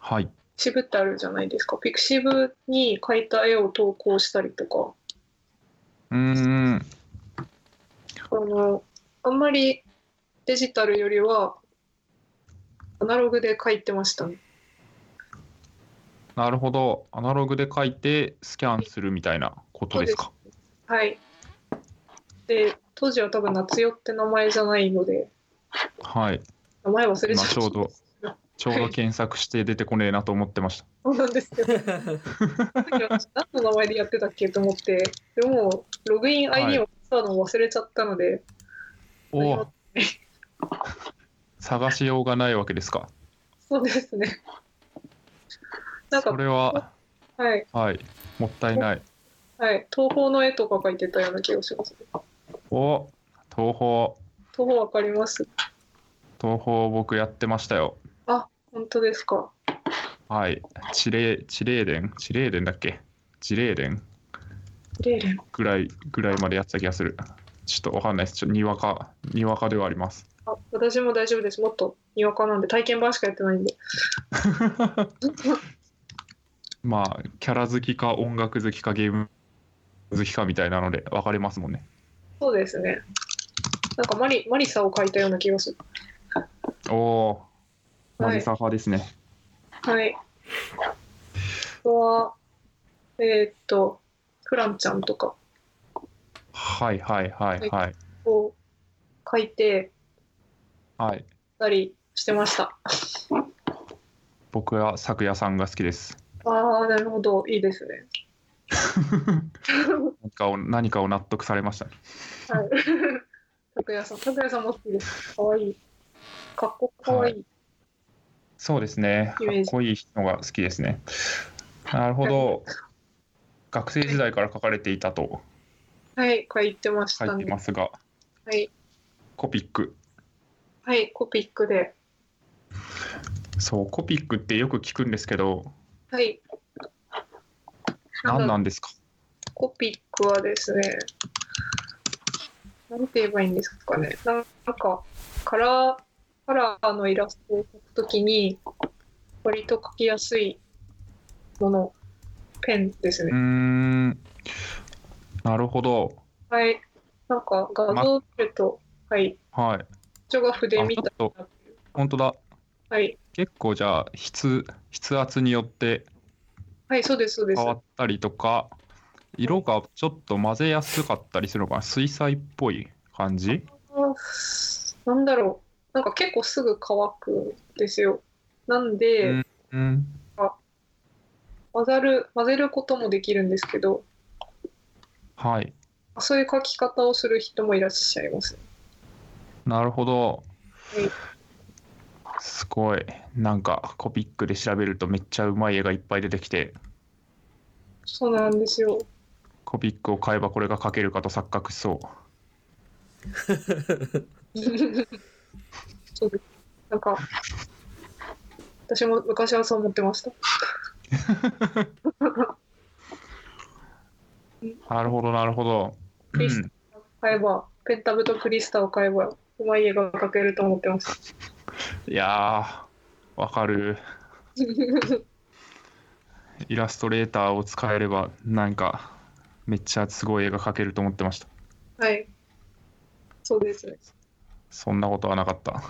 Speaker 2: はい。
Speaker 3: ピクシブってあるじゃないですか。ピクシブに描いた絵を投稿したりとか、
Speaker 2: うーん。
Speaker 3: あの、あんまりデジタルよりは、アナログで描いてましたね。
Speaker 2: なるほど。アナログで書いてスキャンするみたいなことですか。
Speaker 3: はい。で、当時は多分夏代って名前じゃないので、
Speaker 2: はい。
Speaker 3: 名前忘れちゃ
Speaker 2: 今
Speaker 3: った。
Speaker 2: ちょうど、ちょうど検索して出てこねえなと思ってました。
Speaker 3: そうなんですよ。さっき私何の名前でやってたっけと思って、でも、ログイン ID をしたのを忘れちゃったので、
Speaker 2: お
Speaker 3: <laughs>
Speaker 2: お。探しようがないわけですか。
Speaker 3: そうですね。なん
Speaker 2: そ
Speaker 3: か、
Speaker 2: れは、
Speaker 3: はい。
Speaker 2: はい。もったいない。
Speaker 3: はい、東宝の絵とか描いてたような気がします。
Speaker 2: お東宝。
Speaker 3: 東宝わかります。
Speaker 2: 東宝僕やってましたよ。
Speaker 3: 本当ですか。
Speaker 2: はい。地霊、地霊伝地霊伝だっけ地霊伝
Speaker 3: レーレン。
Speaker 2: ぐらい、ぐらいまでやってた気がする。ちょっとわかんないです。ちょっとにわか、にわかではあります。
Speaker 3: あ、私も大丈夫です。もっとにわかなんで体験版しかやってないんで。
Speaker 2: まあキャラ好きか音楽好きかゲーム好きかみたいなので分かれますもんね
Speaker 3: そうですね。なんかマリマリサを描いたような気がする。
Speaker 2: おおー
Speaker 3: はい
Speaker 2: マリサ派ですね、
Speaker 3: はい。あとはえーっとフランちゃんとか
Speaker 2: はい、はいはいはいはい
Speaker 3: を描いてたりしてました。
Speaker 2: 僕は昨夜さんが好きです
Speaker 3: ああ、なるほど、いいですね。
Speaker 2: 何かを何かを納得されましたね
Speaker 3: はい。 <laughs> 拓也さん、拓也さんも好きです。可愛いい。かっこ可愛いい。
Speaker 2: そうですねか
Speaker 3: イ
Speaker 2: っ
Speaker 3: メージ
Speaker 2: こいい人が好きですねなるほど学生時代から書かれていたと
Speaker 3: はい、書いてまし
Speaker 2: 書
Speaker 3: た
Speaker 2: いて
Speaker 3: ね。
Speaker 2: ますが
Speaker 3: はい、
Speaker 2: コピック
Speaker 3: はい、コピックで。
Speaker 2: そうコピックってよく聞くんですけど
Speaker 3: はい、
Speaker 2: 何なんですか
Speaker 3: コピックはですね、なんて言えばいいんですかね、なんか、カラー、カラーのイラストを描くときに、割と描きやすいもの、ペンです
Speaker 2: うー
Speaker 3: ね。
Speaker 2: んなるほど
Speaker 3: はい。なんか、画像を見ると、はい。
Speaker 2: はい
Speaker 3: こっちが筆みたい
Speaker 2: あちょっ
Speaker 3: な。
Speaker 2: 本当だ
Speaker 3: はい。
Speaker 2: 結構じゃあ筆筆圧によって
Speaker 3: はい、そうです、そうです
Speaker 2: 変。わったりとか色がちょっと混ぜやすかったりするのかな水彩っぽい感じ
Speaker 3: あなんだろう。なんか結構すぐ乾くんですよ。なんで、
Speaker 2: うんうん
Speaker 3: 混ざる、混ぜることもできるんですけど、
Speaker 2: はい
Speaker 3: そういう書き方をする人もいらっしゃいます。
Speaker 2: なるほ
Speaker 3: は
Speaker 2: ど
Speaker 3: い
Speaker 2: すごいなんかコピックで調べるとめっちゃうまい絵がいっぱい出てきて
Speaker 3: そうなんですよ。 <laughs>
Speaker 2: コピックを買えばこれが描けるかと錯覚しそう
Speaker 3: そうです。なんか、私も昔はそう思ってました。
Speaker 2: なるほどなるほど、う
Speaker 3: クリス
Speaker 2: ん、
Speaker 3: 買えば、ペンタブとクリスタを買えば、うまい絵が描けると思ってました。
Speaker 2: いやーわか <laughs> るイラストレーターを使えればなんかめっちゃすごい絵が描けると思ってました
Speaker 3: はい。そうですね。
Speaker 2: そんなことはなか <laughs> った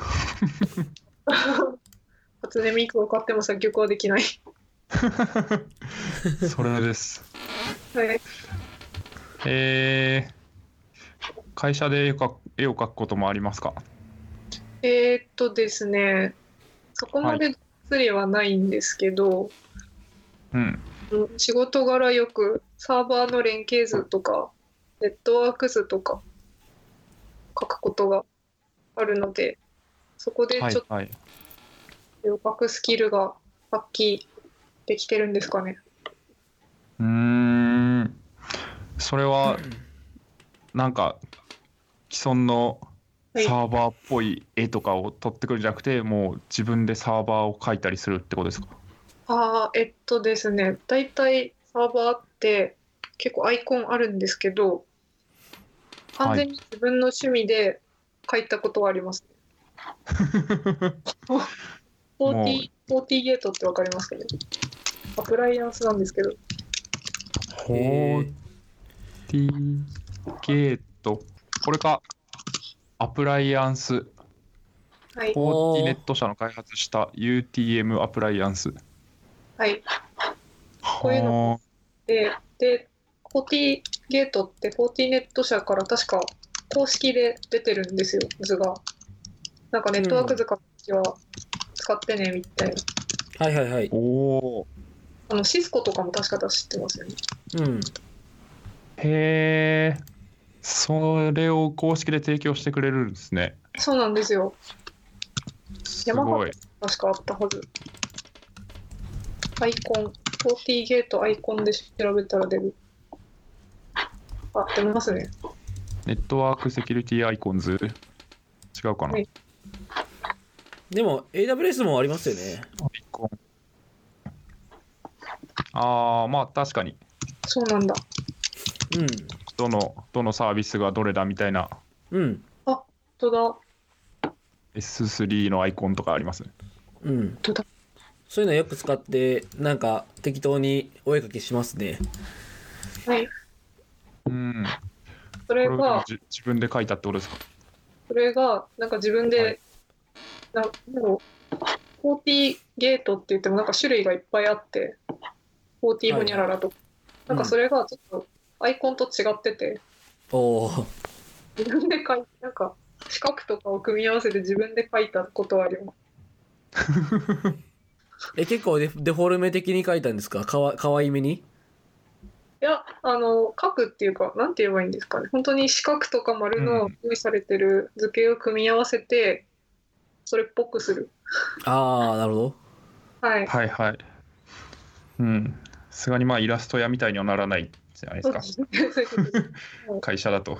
Speaker 3: 初音ミクを買っても作曲はできない。
Speaker 2: それです。
Speaker 3: はい。
Speaker 2: えー会社で絵を描く絵を描くこともありますか
Speaker 3: えー、っとですね、そこまでがっつりはないんですけど、
Speaker 2: うん。
Speaker 3: うん仕事柄よくサーバーの連携図とかネットワーク図とか書くことがあるのでそこで
Speaker 2: はい
Speaker 3: ちょっ
Speaker 2: はい。
Speaker 3: と予覚スキルが発揮できてるんですかね。
Speaker 2: うーん。それは、なんか、既存の
Speaker 3: はい、
Speaker 2: サーバーっぽい絵とかを撮ってくるんじゃなくて、もう自分でサーバーを描いたりするってことですか
Speaker 3: あーえっとですね大体サーバーって結構アイコンあるんですけど完全に自分の趣味で書いたことはあります、
Speaker 2: もう
Speaker 3: 40, 40ゲートってわかりますかねアプライアンスなんですけど
Speaker 2: ほーティーゲート。これか。アプライアンス。
Speaker 3: はい
Speaker 2: フォーティネット社の開発した UTM アプライアンス。
Speaker 3: はいこういうの
Speaker 2: はあ
Speaker 3: でで40ゲートって40ネット社から確か公式で出てるんですよ図がなんかネットワーク図書くときは使ってねみたいな
Speaker 1: はいはいはい。
Speaker 2: おお。
Speaker 3: あのシスコとかも確か出してますよね。
Speaker 1: うん。
Speaker 2: へえ。それを公式で提供してくれるんですね。
Speaker 3: そうなんですよ。
Speaker 2: す
Speaker 3: 山
Speaker 2: ごい
Speaker 3: 形。確かあったはず。アイコン、40ゲートアイコンで調べたら出る。あ、出ますね。
Speaker 2: ネットワークセキュリティアイコンズ。違うかな。
Speaker 3: は
Speaker 2: ア
Speaker 3: い
Speaker 2: イ
Speaker 1: でも、AWS もありますよね。
Speaker 2: コン。ああ、まあ確かに。
Speaker 3: そうなんだ。
Speaker 1: う
Speaker 2: どの、どのサービスがどれだみたいな。
Speaker 1: ん。うん。
Speaker 3: 本当
Speaker 2: S3 のアイコンとかありますね。
Speaker 1: うん。
Speaker 3: どうだ
Speaker 1: そういうのよく使って、なんか適当にお絵かきしますね。
Speaker 3: だ。はい。
Speaker 2: うん。
Speaker 3: そ
Speaker 2: こ
Speaker 3: れ
Speaker 2: れをでも
Speaker 3: が、
Speaker 2: じ自分で書いたってことですか。
Speaker 3: それが、なんか自分
Speaker 2: はい
Speaker 3: で、ななんだろう、40ゲートって言ってもなんか種類がいっぱいあって、40ホニャララとか。なんかそれがちょっとアイコンと違ってて、
Speaker 1: おー。
Speaker 3: 自分で書いなんか四角とかを組み合わせて自分で書いたことはあります
Speaker 1: え、結構デフデフォルメ的に描いたんですかかわかわいめに
Speaker 3: いやあの書くっていうかなんて言えばいいんですかね本当に四角とか丸
Speaker 2: う
Speaker 3: の
Speaker 2: ん
Speaker 3: 用意されてる図形を組み合わせてそれっぽくする
Speaker 1: あー、なるほど。
Speaker 3: はい
Speaker 2: はいはい。うん。さすがにまあイラスト屋みたいにはならないじゃないで
Speaker 3: そ
Speaker 2: す
Speaker 3: う
Speaker 2: か
Speaker 3: で。すねそういうことですイ
Speaker 2: 会社だと。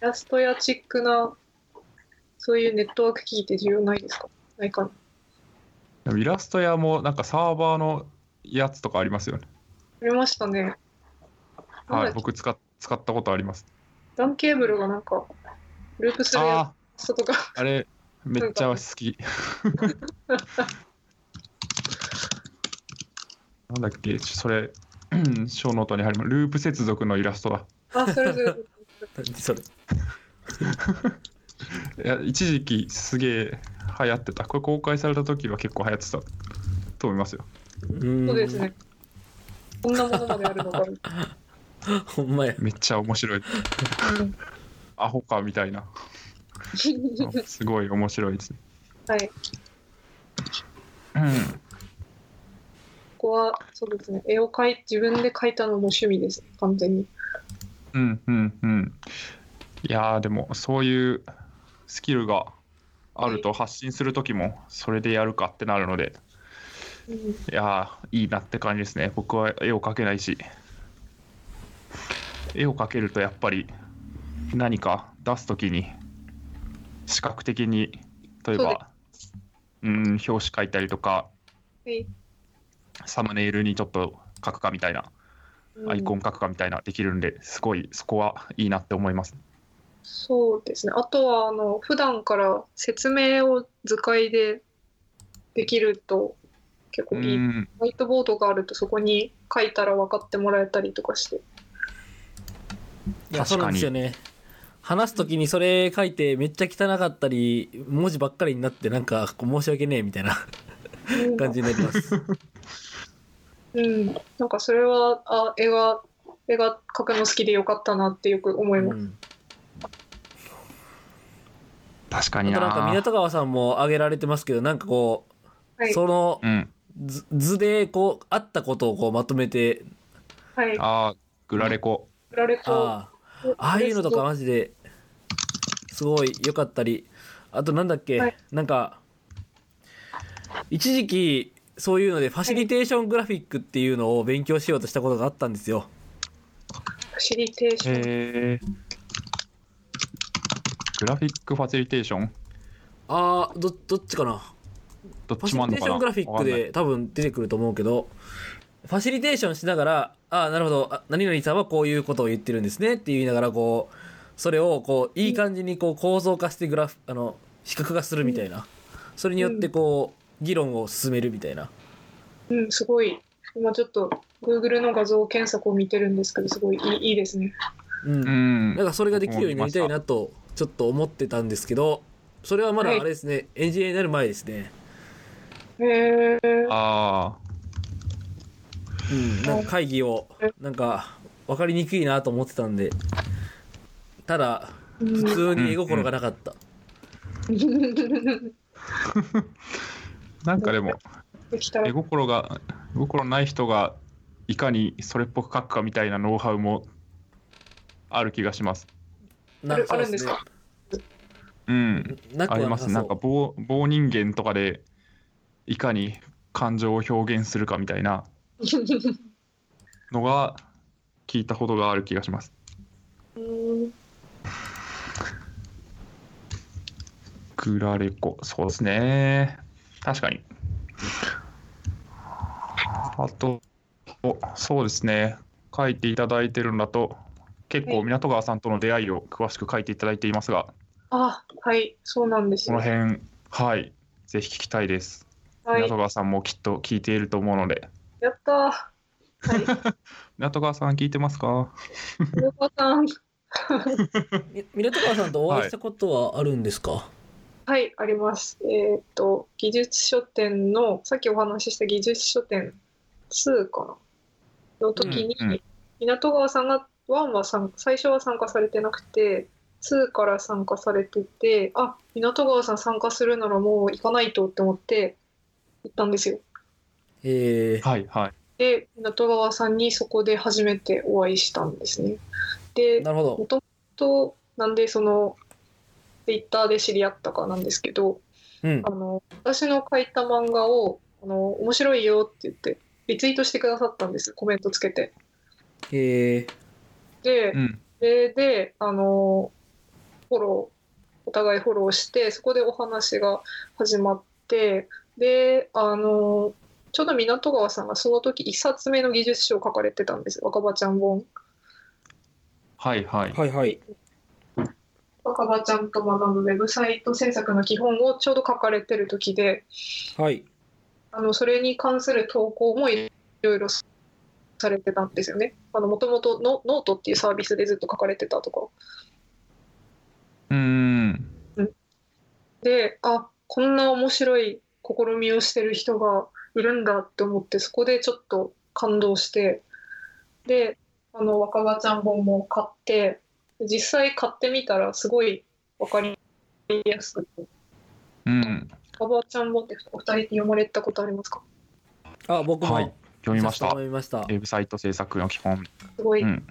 Speaker 3: ラストやチックなそういうネットワーク機器って重要ないですかないかな
Speaker 2: でもイラスト屋もなんかサーバーのやつとかありますよね。
Speaker 3: ありましたね。な
Speaker 2: は、
Speaker 3: いんだっけ
Speaker 2: 僕使っ使ったことあります。
Speaker 3: ダンケーブルがなんか、ループするや
Speaker 2: あ
Speaker 3: つとか。
Speaker 2: あ、あれ、めっちゃ好き。 <laughs> なんだっけ、ちょそれ、ショーノートに貼ります。ループ接続のイラストだ。
Speaker 3: あ、それぞれ。
Speaker 1: 何それ。
Speaker 2: いや一時期すげえ流行ってたこれ公開された時は結構流行ってたと思いますよ
Speaker 1: そ
Speaker 3: そうです。ね。こんなものまであるのか。
Speaker 1: ほんまや。
Speaker 2: めっちゃ面白いアホかみたいなすごい面白いですね
Speaker 3: はい。
Speaker 2: うん
Speaker 3: ここは、そうですね。絵を描い、自分で描いたのも趣味です。完全に。
Speaker 2: うんうんうんいやーでもそういうスキルがあると発信する時もそれでやるかってなるので
Speaker 3: うん
Speaker 2: いやーいいなって感じですね僕は絵を描けないし絵を描けるとやっぱり何か出す時に視覚的に例え
Speaker 3: そうで
Speaker 2: ばうん表紙描いたりとか
Speaker 3: はい
Speaker 2: サムネイルにちょっと書くかみたいな
Speaker 3: うん
Speaker 2: アイコン書くかみたいなできるんですごいそこはいいなって思います
Speaker 3: そうですね。あとは、あの、普段から説明を図解でできると結
Speaker 2: う
Speaker 3: 構いい。
Speaker 2: ん
Speaker 3: ホワイトボードがあるとそこに書いたら分かってもらえたりとかして。
Speaker 1: いや、そうなんですよね。話すときにそれ書いてめっちゃ汚かったり、文字ばっかりになってなんかこう申し訳ねえみたいな
Speaker 3: うん
Speaker 1: 感じになり
Speaker 3: <laughs>
Speaker 1: ます。
Speaker 3: うん、なんかそれはあ絵が絵が描くの好きでよかったなってよく思
Speaker 1: う
Speaker 3: います。
Speaker 1: ん。
Speaker 2: 確か
Speaker 1: あと
Speaker 2: に
Speaker 1: なんか
Speaker 2: な
Speaker 1: 港川さんも挙げられてますけど、なんかこ
Speaker 3: は
Speaker 1: う、
Speaker 3: い、
Speaker 1: その
Speaker 2: うん
Speaker 1: 図図でこう、あったことをこうまとめて、
Speaker 3: はい、
Speaker 2: あーグラレコ
Speaker 3: 売られた。
Speaker 1: ああ、ああいうのとかマジで、すごい良かったり、あとなんだっけ、
Speaker 3: はい
Speaker 1: なんか、一時期、そういうので、ファシリテーショングラフィックっていうのを勉強しようとしたことがあったんですよ。
Speaker 3: ファシリテーション。
Speaker 2: へえグラフィックファシリテーション
Speaker 1: あー、ど、どっちかな。
Speaker 2: どっ
Speaker 1: ファ
Speaker 2: ち
Speaker 1: シリ
Speaker 2: もあん
Speaker 1: テ
Speaker 2: の
Speaker 1: ーショ
Speaker 2: かな
Speaker 1: ングラフィッ
Speaker 2: わか
Speaker 1: ク
Speaker 2: んない
Speaker 1: で多分出てくると思うけど、ファシリテーションしながら、あー、なるほど、あ何々さんはこういうことを言ってるんですねって言いながら、こう、それをこう、いい感じにこう構造化してグラフ、あの、視覚化するみたいな。それによってこう、議論を進めるみたいな。
Speaker 3: うん、すごい。今ちょっと Google の画像検索を見てるんですけど、すごいいいいいですね。
Speaker 1: うん。
Speaker 2: う
Speaker 1: なん
Speaker 2: ん
Speaker 1: かそれができるようになりたいなと、ちょっと思ってたんですけど、それはまだあ
Speaker 3: はい
Speaker 1: れですね、エンジニアになる前ですね。
Speaker 3: へえ。
Speaker 2: ああ
Speaker 1: うん、なんか会議を、なんか、分かりにくいなと思ってたんで、ただ、
Speaker 3: うん
Speaker 1: 普通に絵心がなかった。
Speaker 2: なんかでも
Speaker 3: できたら
Speaker 2: 絵心が絵心ない人がいかにそれっぽく描くかみたいなノウハウもある気がします
Speaker 1: な
Speaker 3: ある
Speaker 1: そう
Speaker 3: あるんですか
Speaker 2: うん
Speaker 1: なく
Speaker 2: あり
Speaker 1: はな
Speaker 2: ま
Speaker 1: さ
Speaker 2: すなんか
Speaker 1: そ
Speaker 2: 棒棒人間とかでいかに感情を表現するかみたいなのが聞いたことがある気がします
Speaker 3: うん
Speaker 2: グラレコそうですね確かにあとおそうですね書いていただいてるんだと結構
Speaker 3: はい
Speaker 2: 湊川さんとの出会いを詳しく書いていただいていますが
Speaker 3: あ、はい、そうなんです
Speaker 2: こ
Speaker 3: よ
Speaker 2: の。辺はいぜひ聞きたいです、
Speaker 3: はい
Speaker 2: 湊、川さんもきっと聞いていると思うので
Speaker 3: やったー。はい、
Speaker 2: 湊川さん聞いてますか
Speaker 3: 黒川さ
Speaker 2: <laughs>
Speaker 3: ん。
Speaker 1: う。み港川さんとお会いしたことはあるんですか、
Speaker 3: はい、あります。えーっと、技術書店の、さっきお話しした技術書店2かなの時に、
Speaker 2: うんうん
Speaker 3: 港川さんが、1は参最初は参加されてなくて、2から参加されてて、あ、港川さん参加するならもう行かないとって思って行ったんですよ。
Speaker 1: えー、
Speaker 2: はいはい
Speaker 3: で、港川さんにそこで初めてお会いしたんですね。で、
Speaker 1: なるほど
Speaker 3: も。ともと、なんでその、Twitter で知り合ったかなんですけど、
Speaker 1: うん
Speaker 3: あ。の私の書いた漫画をあの面白いよって言ってリツイートしてくださったんですコメントつけて
Speaker 1: えー、
Speaker 3: で、
Speaker 2: うん
Speaker 3: それであのフォローお互いフォローしてそこでお話が始まってであのちょうど港川さんがその時一冊目の技術書を書かれてたんです若葉ちゃん本
Speaker 2: はいはい。
Speaker 1: はいはい。
Speaker 3: 若葉ちゃんと学ぶウェブサイト制作の基本をちょうど書かれてる時で
Speaker 1: はい。
Speaker 3: あのそれに関する投稿もいろいろされてたんですよねもともとノノートっていうサービスでずっと書かれてたとか
Speaker 2: うーん。
Speaker 3: であこんな面白い試みをしてる人がいるんだって思ってそこでちょっと感動してであの若葉ちゃん本も買って実際買ってみたらすごい分かりやすくて
Speaker 2: うん。
Speaker 3: 若葉ちゃん本ってお二人って読まれたことありますか
Speaker 1: あ、僕も、
Speaker 2: はい。読みました。
Speaker 1: 読
Speaker 2: ウ
Speaker 1: みました。
Speaker 2: ェブサイト制作の基本。
Speaker 3: すごい、
Speaker 2: うん。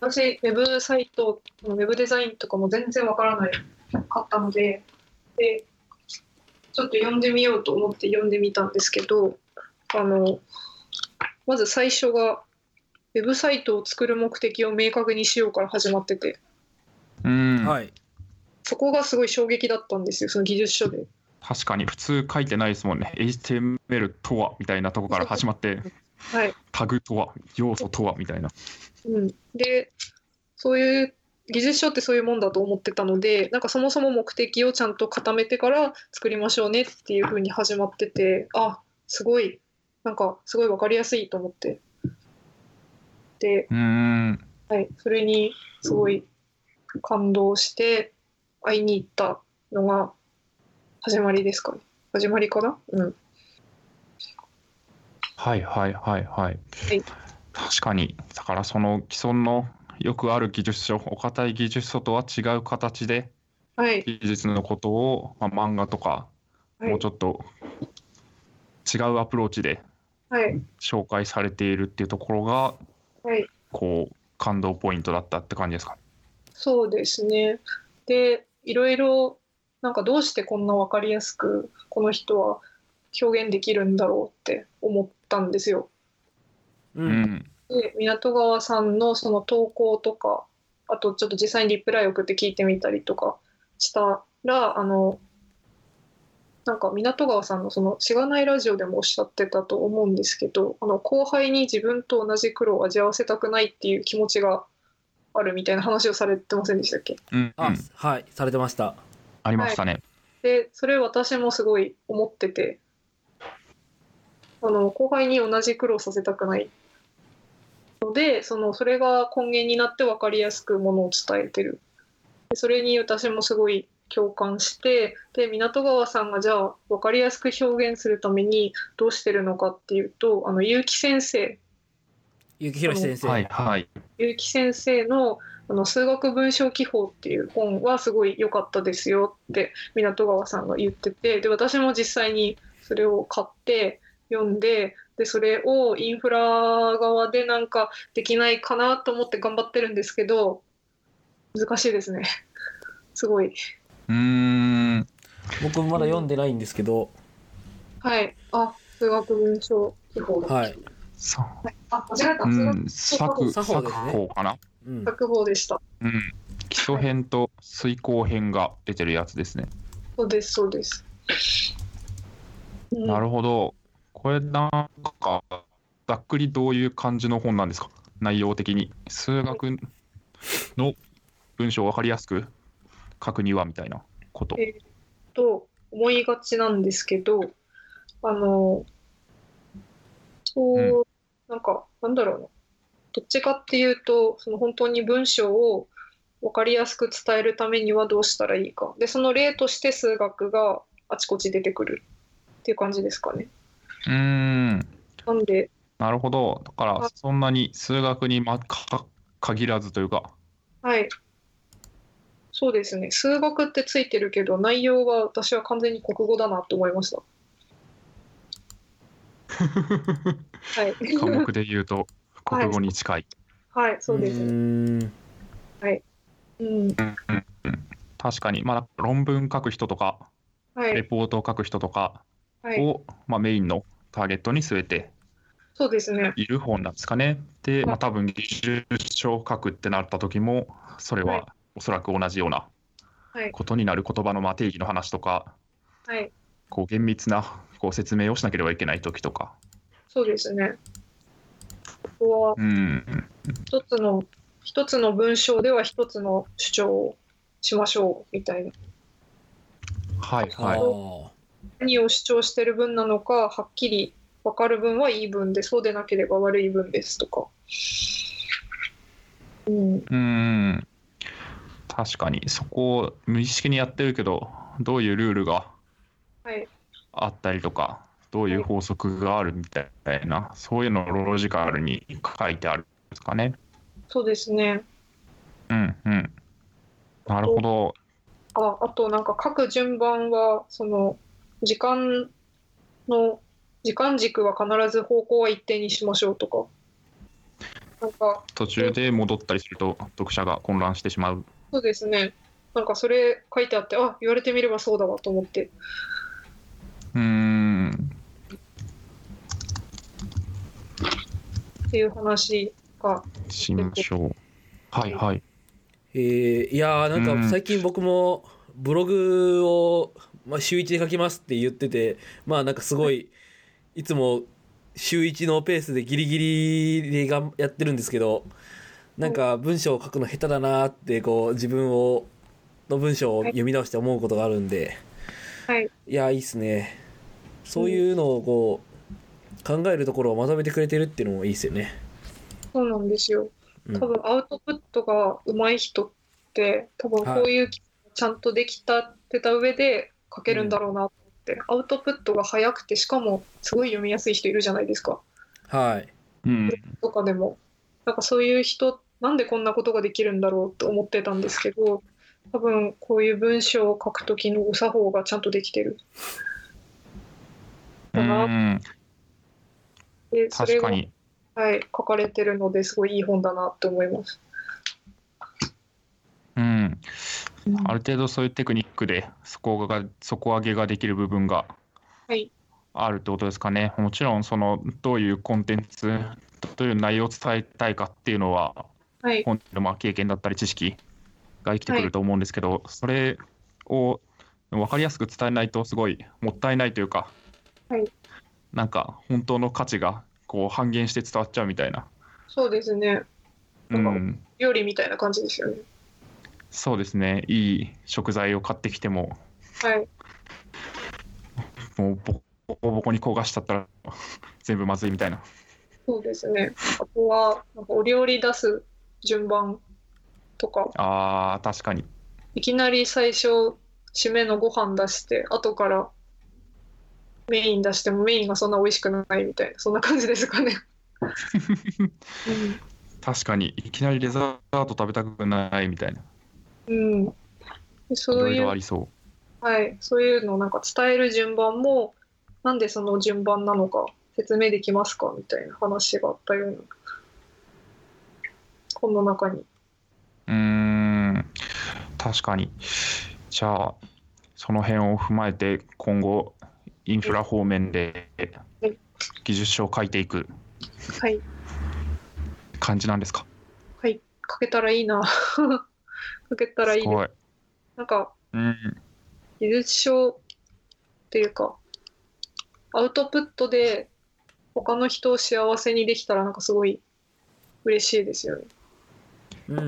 Speaker 3: 私ウェブサイトウェブデザインとかも全然わからないかったのででちょっと読んでみようと思って読んでみたんですけどあのまず最初がウェブサイトを作る目的を明確にしようから始まってて
Speaker 2: うん。
Speaker 1: はい。
Speaker 3: そこがすごい衝撃だったんですよその技術書で。
Speaker 2: 確かに普通書いてないですもんね。HTML とはみたいなとこから始まって、
Speaker 3: はい
Speaker 2: タグとは、要素とはみたいな。
Speaker 3: うん、でそういう技術書ってそういうもんだと思ってたのでなんかそもそも目的をちゃんと固めてから作りましょうねっていう風に始まっててあすごいなんかすごい分かりやすいと思ってで、
Speaker 2: うーん。
Speaker 3: はい、それにすごい感動して会いに行ったのが始まりですかね始まりかなうん
Speaker 2: はいはいはいはい。
Speaker 3: い
Speaker 2: 確かに、だからその既存のよくある技術書、お堅い技術書とは違う形で、
Speaker 3: はい
Speaker 2: 技術のことを、まあ、漫画とか、
Speaker 3: はい
Speaker 2: もうちょっと違うアプローチで
Speaker 3: はい
Speaker 2: 紹介されているっていうところが、
Speaker 3: はい
Speaker 2: こう、感動ポイントだったって感じですか。
Speaker 3: そうですね。で、いろいろ、なんかどうしてこんな分かりやすく、この人は表現できるんだろうって思ったんですよ。
Speaker 1: う。
Speaker 2: うんん。
Speaker 3: で、港川さんのその投稿とか、あとちょっと実際にリプライ送って聞いてみたりとかしたら、あの、なんか港川さんのそのしがないラジオでもおっしゃってたと思うんですけど、あの後輩に自分と同じ苦労を味わわせたくないっていう気持ちがあるみたいな話をされてませんでしたっけ
Speaker 2: うん、
Speaker 1: あ、
Speaker 2: うん
Speaker 1: はい。されてました。
Speaker 2: ありましたね。
Speaker 3: でそれ私もすごい思っててあの後輩に同じ苦労させたくないのでそのそれが根源になって分かりやすくものを伝えてるでそれに私もすごい共感してで港川さんがじゃあ分かりやすく表現するためにどうしてるのかっていうとあの結城先生
Speaker 1: ゆきひろし先生。
Speaker 2: はいはい。
Speaker 3: 結城先生のあの数学文章記法っていう本はすごい良かったですよって湊川さんが言っててで私も実際にそれを買って読んででそれをインフラ側でなんかできないかなと思って頑張ってるんですけど難しいですね <laughs> すごいう
Speaker 2: ーん。
Speaker 1: 僕まだ読んでないんですけど、
Speaker 3: はいあ数学文章記法だ
Speaker 1: はい。
Speaker 2: そう
Speaker 3: あ間違えた
Speaker 2: う
Speaker 3: 数
Speaker 2: ん、
Speaker 3: 学
Speaker 2: 作
Speaker 1: 作法
Speaker 2: 作
Speaker 1: ですね
Speaker 2: 法かな。
Speaker 1: うん。
Speaker 3: 作法でした
Speaker 2: うん。基礎編と遂行編が出てるやつですね。
Speaker 3: そうですそうです、うん
Speaker 2: なるほど。これなんか、ざっくりどういう感じの本なんですか内容的に。数学の文章をわかりやすく書くにはみたいなこと。
Speaker 3: えと思いがちなんですけどあのそう、
Speaker 2: う
Speaker 3: なんかなんだろうなどっちかっていうとその本当に文章を分かりやすく伝えるためにはどうしたらいいかでその例として数学があちこち出てくるっていう感じですかね。
Speaker 2: うーん。
Speaker 3: なんで
Speaker 2: なるほど。だから
Speaker 3: あ、
Speaker 2: そんなに数学に、ま、か限らずというか。
Speaker 3: はいそうですね数学ってついてるけど内容は私は完全に国語だなと思いました。はい、
Speaker 2: 科目で言うと、
Speaker 3: はい
Speaker 2: 国語に近い。
Speaker 3: はい、そうですね。
Speaker 1: うーん。
Speaker 3: うん、
Speaker 2: 確かに、まあ、論文書く人とか、
Speaker 3: は
Speaker 2: レ
Speaker 3: い、
Speaker 2: ポートを書く人とか
Speaker 3: はい、
Speaker 2: を、まあ、メインのターゲットに据えて
Speaker 3: そうですね。
Speaker 2: いる本なんですかね。で、まあ、多分技術書を書くってなった時も、それ
Speaker 3: はい
Speaker 2: はおそらく同じような
Speaker 3: はい、
Speaker 2: ことになる言葉のまあ定義の話とか、
Speaker 3: はい、
Speaker 2: こう厳密なこう説明をしなければいけない時とか、
Speaker 3: そうですね。ここは
Speaker 2: うん。
Speaker 3: 一つの一つの文章では一つの主張をしましょうみたいな
Speaker 2: はいはい。
Speaker 1: あ
Speaker 3: 何を主張してる文なのかはっきり分かる文はいい文でそうでなければ悪い文ですとか、うん、
Speaker 2: うん。確かに、そこを無意識にやってるけど、どういうルールが
Speaker 3: はい
Speaker 2: あったりとか、どういう法則があるみたいな、そういうのをロジカルに書いてあるんですかね。
Speaker 3: そうですね
Speaker 2: うんうん。なるほど。
Speaker 3: ああとなんか書く順番はその時間の時間軸は必ず方向は一定にしましょうとかなんか
Speaker 2: 途中で戻ったりすると、読者が混乱してしまう。
Speaker 3: そうですねなんかそれ書いてあってあ言われてみればそうだわと思って
Speaker 2: うん。
Speaker 3: っていう話が
Speaker 2: しましょう。はいはい。
Speaker 1: えーいやーなん
Speaker 2: う
Speaker 1: か
Speaker 2: ん
Speaker 1: 最近僕もブログを、まあ、週1で書きますって言っててまあなんかすごいいつも週1のペースでギリギリでがんやってるんですけどなんか文章を書くの下手だなーってこう自分をの文章を読み直して思うことがあるんで
Speaker 3: はい
Speaker 1: いやーいいっすねそういうのをこう考えるところをまとめてくれてるっていうのもいいっすよね。
Speaker 3: そうなんですよ
Speaker 1: うん
Speaker 3: 多分アウトプットが上手い人って多分こういうちゃんとできたってた上で書けるんだろうなと思って、アウトプットが早くてしかもすごい読みやすい人いるじゃないですか
Speaker 1: はい
Speaker 2: うん。
Speaker 3: とかでもなんかそういう人なんでこんなことができるんだろうと思ってたんですけど多分こういう文章を書く時のお作法がちゃんとできてる
Speaker 2: う
Speaker 3: だなっ
Speaker 2: ん。
Speaker 3: てそれ
Speaker 2: 確
Speaker 3: が
Speaker 2: か、に。
Speaker 3: はい、書かれてるのですごいいい本だなと思います。
Speaker 2: うん。ある程度そういうテクニックで底が底上げができる部分が
Speaker 3: はい
Speaker 2: あるってことですかね。もちろんそのどういうコンテンツどういう内容を伝えたいかっていうのは
Speaker 3: はい、
Speaker 2: 本人のまあ経験だったり知識が生きてくると思うんですけど、それを分かりやすく伝えないとすごいもったいないというか、
Speaker 3: はい
Speaker 2: なんか本当の価値がこう半減して伝わっちゃうみたいな。
Speaker 3: そうですね
Speaker 2: う
Speaker 3: なんか
Speaker 2: ん
Speaker 3: 料理みたいな感じですよね。
Speaker 2: そうですねいい食材を買ってきても
Speaker 3: はい
Speaker 2: もうボコボコに焦がしちゃったら全部まずいみたいな。
Speaker 3: そうですね。あとは、なんかお料理出す順番とか、
Speaker 2: あー確かに。
Speaker 3: いきなり最初、締めのご飯出して、後からメイン出してもメインがそんな美味しくないみたいな、そんな感じですか <laughs> ね。
Speaker 2: 確かにいきなりデザート食べたくないみたいな。
Speaker 3: うん。うんそ
Speaker 2: いろ
Speaker 3: う
Speaker 2: い
Speaker 3: いう
Speaker 2: ろありそ
Speaker 3: はい、そういうのをなんか伝える順番も、なんでその順番なのか説明できますかみたいな話があったような、この中に。
Speaker 2: う。うーん確かに。じゃあその辺を踏まえて今後インフラ方面で
Speaker 3: はい
Speaker 2: 技術書を書いていく
Speaker 3: はい、
Speaker 2: 感じなんですか。
Speaker 3: はい、書けたらいいな。 <laughs> 書けたらいい
Speaker 2: す
Speaker 3: です
Speaker 2: ごい。
Speaker 3: なんか
Speaker 2: うん
Speaker 3: 技術書っていうかアウトプットで他の人を幸せにできたらなんかすごい嬉しいですよね
Speaker 1: うん
Speaker 2: う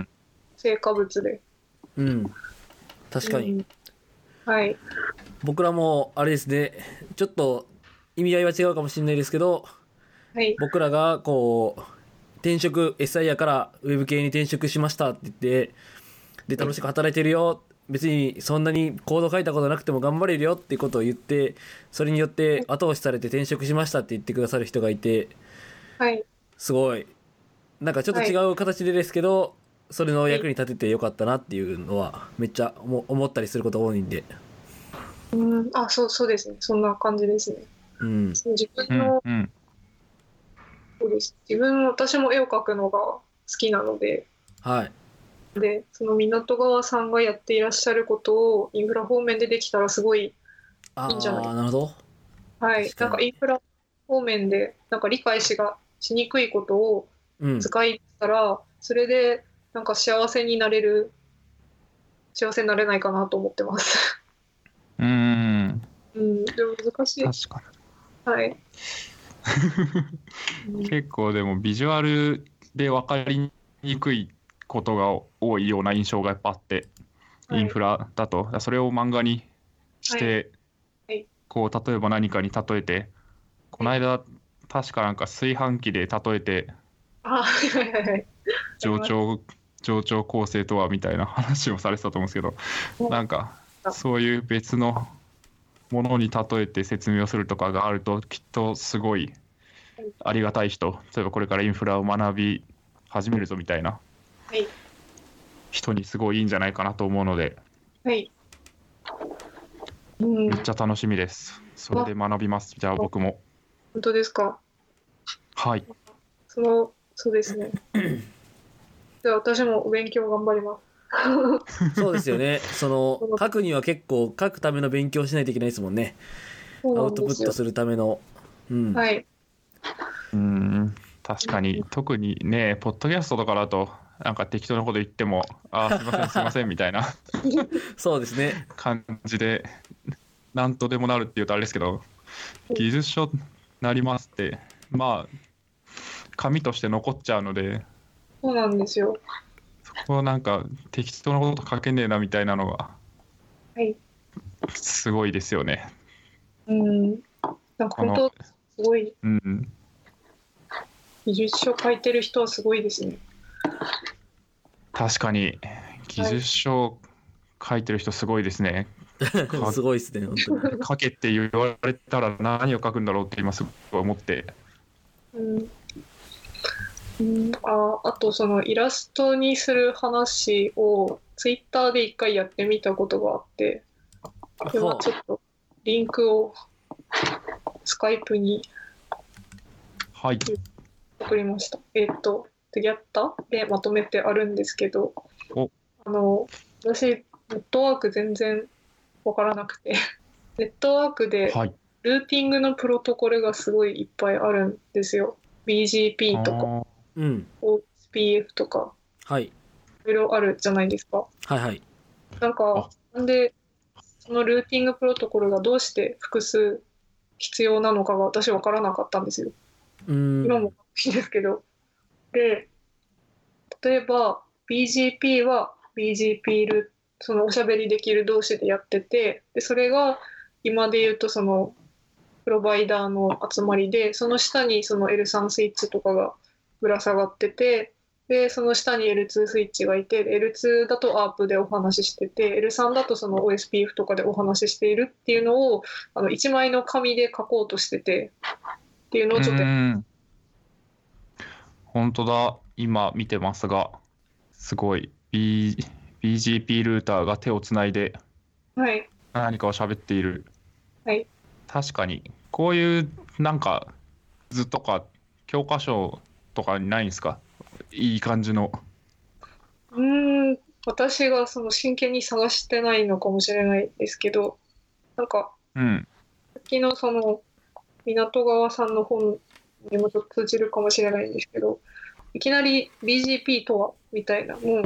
Speaker 2: ん
Speaker 3: 成果物で
Speaker 1: うん、確かに、
Speaker 3: うんはい
Speaker 1: 僕らもあれですねちょっと意味合いは違うかもしれないですけど
Speaker 3: はい
Speaker 1: 僕らがこう転職 SIR からウェブ系に転職しましたって言ってで楽しく働いてるよ別にそんなにコード書いたことなくても頑張れるよってことを言ってそれによって後押しされて転職しましたって言ってくださる人がいて
Speaker 3: はい
Speaker 1: すごいなんかちょっと違う形でですけど、それの役に立ててよかったなっていうのはめっちゃ思思ったりすること多いんで
Speaker 3: うんあそうそうですねそんな感じですね
Speaker 1: うん
Speaker 3: その自分
Speaker 2: うん
Speaker 3: の、
Speaker 2: うん
Speaker 3: そうです自分私も絵を描くのが好きなので
Speaker 1: はい
Speaker 3: でその港川さんがやっていらっしゃることをインフラ方面でできたらすごい
Speaker 1: あ
Speaker 3: いいんじゃない
Speaker 1: あなるほど
Speaker 3: はい、
Speaker 1: 確
Speaker 3: なん
Speaker 1: か
Speaker 3: か
Speaker 1: に
Speaker 3: インフラ方面でなんか理解しがしにくいことを
Speaker 1: うん
Speaker 3: 使いたら、それでなんか幸せになれる幸せになれないかなと思って
Speaker 2: <laughs>
Speaker 3: ます。
Speaker 2: うん
Speaker 3: うん、でも難しい。
Speaker 2: <laughs> 確かに。
Speaker 3: はい。
Speaker 2: 結構でもビジュアルで分かりにくいことが多いような印象がやっぱあって、
Speaker 3: はい
Speaker 2: インフラだとそれを漫画にして、
Speaker 3: はいはい
Speaker 2: こう例えば何かに例えてこの間確かなんか炊飯器で例えて
Speaker 3: あはいはいはいはい
Speaker 2: 上長上長構成とはみたいな話をされてたと思うんですけど
Speaker 3: うん
Speaker 2: なんかそういう別のものに例えて説明をするとかがあるときっとすごいありがたい人例えばこれからインフラを学び始めるぞみたいな
Speaker 3: はい
Speaker 2: 人にすごいいいんじゃないかなと思うので
Speaker 3: はい。うん
Speaker 2: めっちゃ楽しみですそれで学びますじゃあ僕も
Speaker 3: 本当ですか。
Speaker 2: はい
Speaker 3: そのそうです
Speaker 2: <clears throat>
Speaker 3: ね。じゃあ私もお勉強頑張ります。
Speaker 1: そうですよね。その、書くには結構、書くための勉強しないといけないですもんね。
Speaker 3: そう
Speaker 1: ア
Speaker 3: な
Speaker 1: ウ
Speaker 3: ん
Speaker 1: ト
Speaker 3: で
Speaker 1: プ
Speaker 3: す
Speaker 1: ッ
Speaker 3: よ
Speaker 1: ト。するための。うん。
Speaker 3: はい。
Speaker 2: うん確かに特にねポッドキャストとかだとなんか適当なこと言ってもあーすいませんすいませんみた <laughs> いな
Speaker 1: そうですね。
Speaker 2: 感じで何とでもなるって言うとあれですけど技術書なりますってまあ紙として残っちゃうので
Speaker 3: そうなんですよ。
Speaker 2: そこはなんか適当なこと書けねえなみたいなのが
Speaker 3: はい。
Speaker 2: すごいですよね。
Speaker 3: うん。なんか
Speaker 2: こ
Speaker 3: 本
Speaker 2: の
Speaker 3: 当すごい
Speaker 2: うん、
Speaker 3: 技術書書いてる人はすごいですね。
Speaker 2: 確かに技術書書いてる人すごいですね。か
Speaker 1: すごいですね、本当に。
Speaker 2: 書けって言われたら何を書くんだろうって今すごい思って。
Speaker 3: うん。うん、ああとそのイラストにする話をツイッターで一回やってみたことがあってでも
Speaker 1: ほ
Speaker 3: ちょっとリンクをスカイプに
Speaker 2: はい
Speaker 3: 送りました。えっ、と、トゥギャッタでまとめてあるんですけど
Speaker 2: お、
Speaker 3: あの、私、ネットワーク全然わからなくて、 <laughs> ネットワークで
Speaker 2: はい。
Speaker 3: ルーティングのプロトコルがすごいいっぱいあるんですよ。BGP とか、
Speaker 1: う。うん。
Speaker 3: OSPF とか、
Speaker 1: はい。
Speaker 3: いろいろあるじゃないですか。
Speaker 1: はいはい。
Speaker 3: なんか、なんで、そのルーティングプロトコルがどうして複数必要なのかが私わからなかったんですよ。
Speaker 1: うー
Speaker 3: 今
Speaker 1: ん。
Speaker 3: もいいですけど。で、例えば BGP は BGP ルそのおしゃべりできる同士でやってて、でそれが今で言うとそのプロバイダーの集まりで、その下にその L3 スイッチとかがぶら下がってて、で、その下に L2 スイッチがいて、で L2 だと ARP でお話ししてて、L3 だとその OSPF とかでお話ししているっていうのを、あの1枚の紙で書こうとしてて、っていうのをちょっとやっ
Speaker 2: うん本当だ今見てますがすごい、B、BGP ルーターが手をつないで
Speaker 3: はい。
Speaker 2: 何かを喋っている、
Speaker 3: はい
Speaker 2: 確かにこういうなんか図とか教科書とかにないんですかいい感じの
Speaker 3: うーん、私がその真剣に探してないのかもしれないですけど、なんか、
Speaker 2: うん
Speaker 3: さっきのその、港川さんの本にもちょっと通じるかもしれないんですけど、いきなり BGP とはみたいな、もう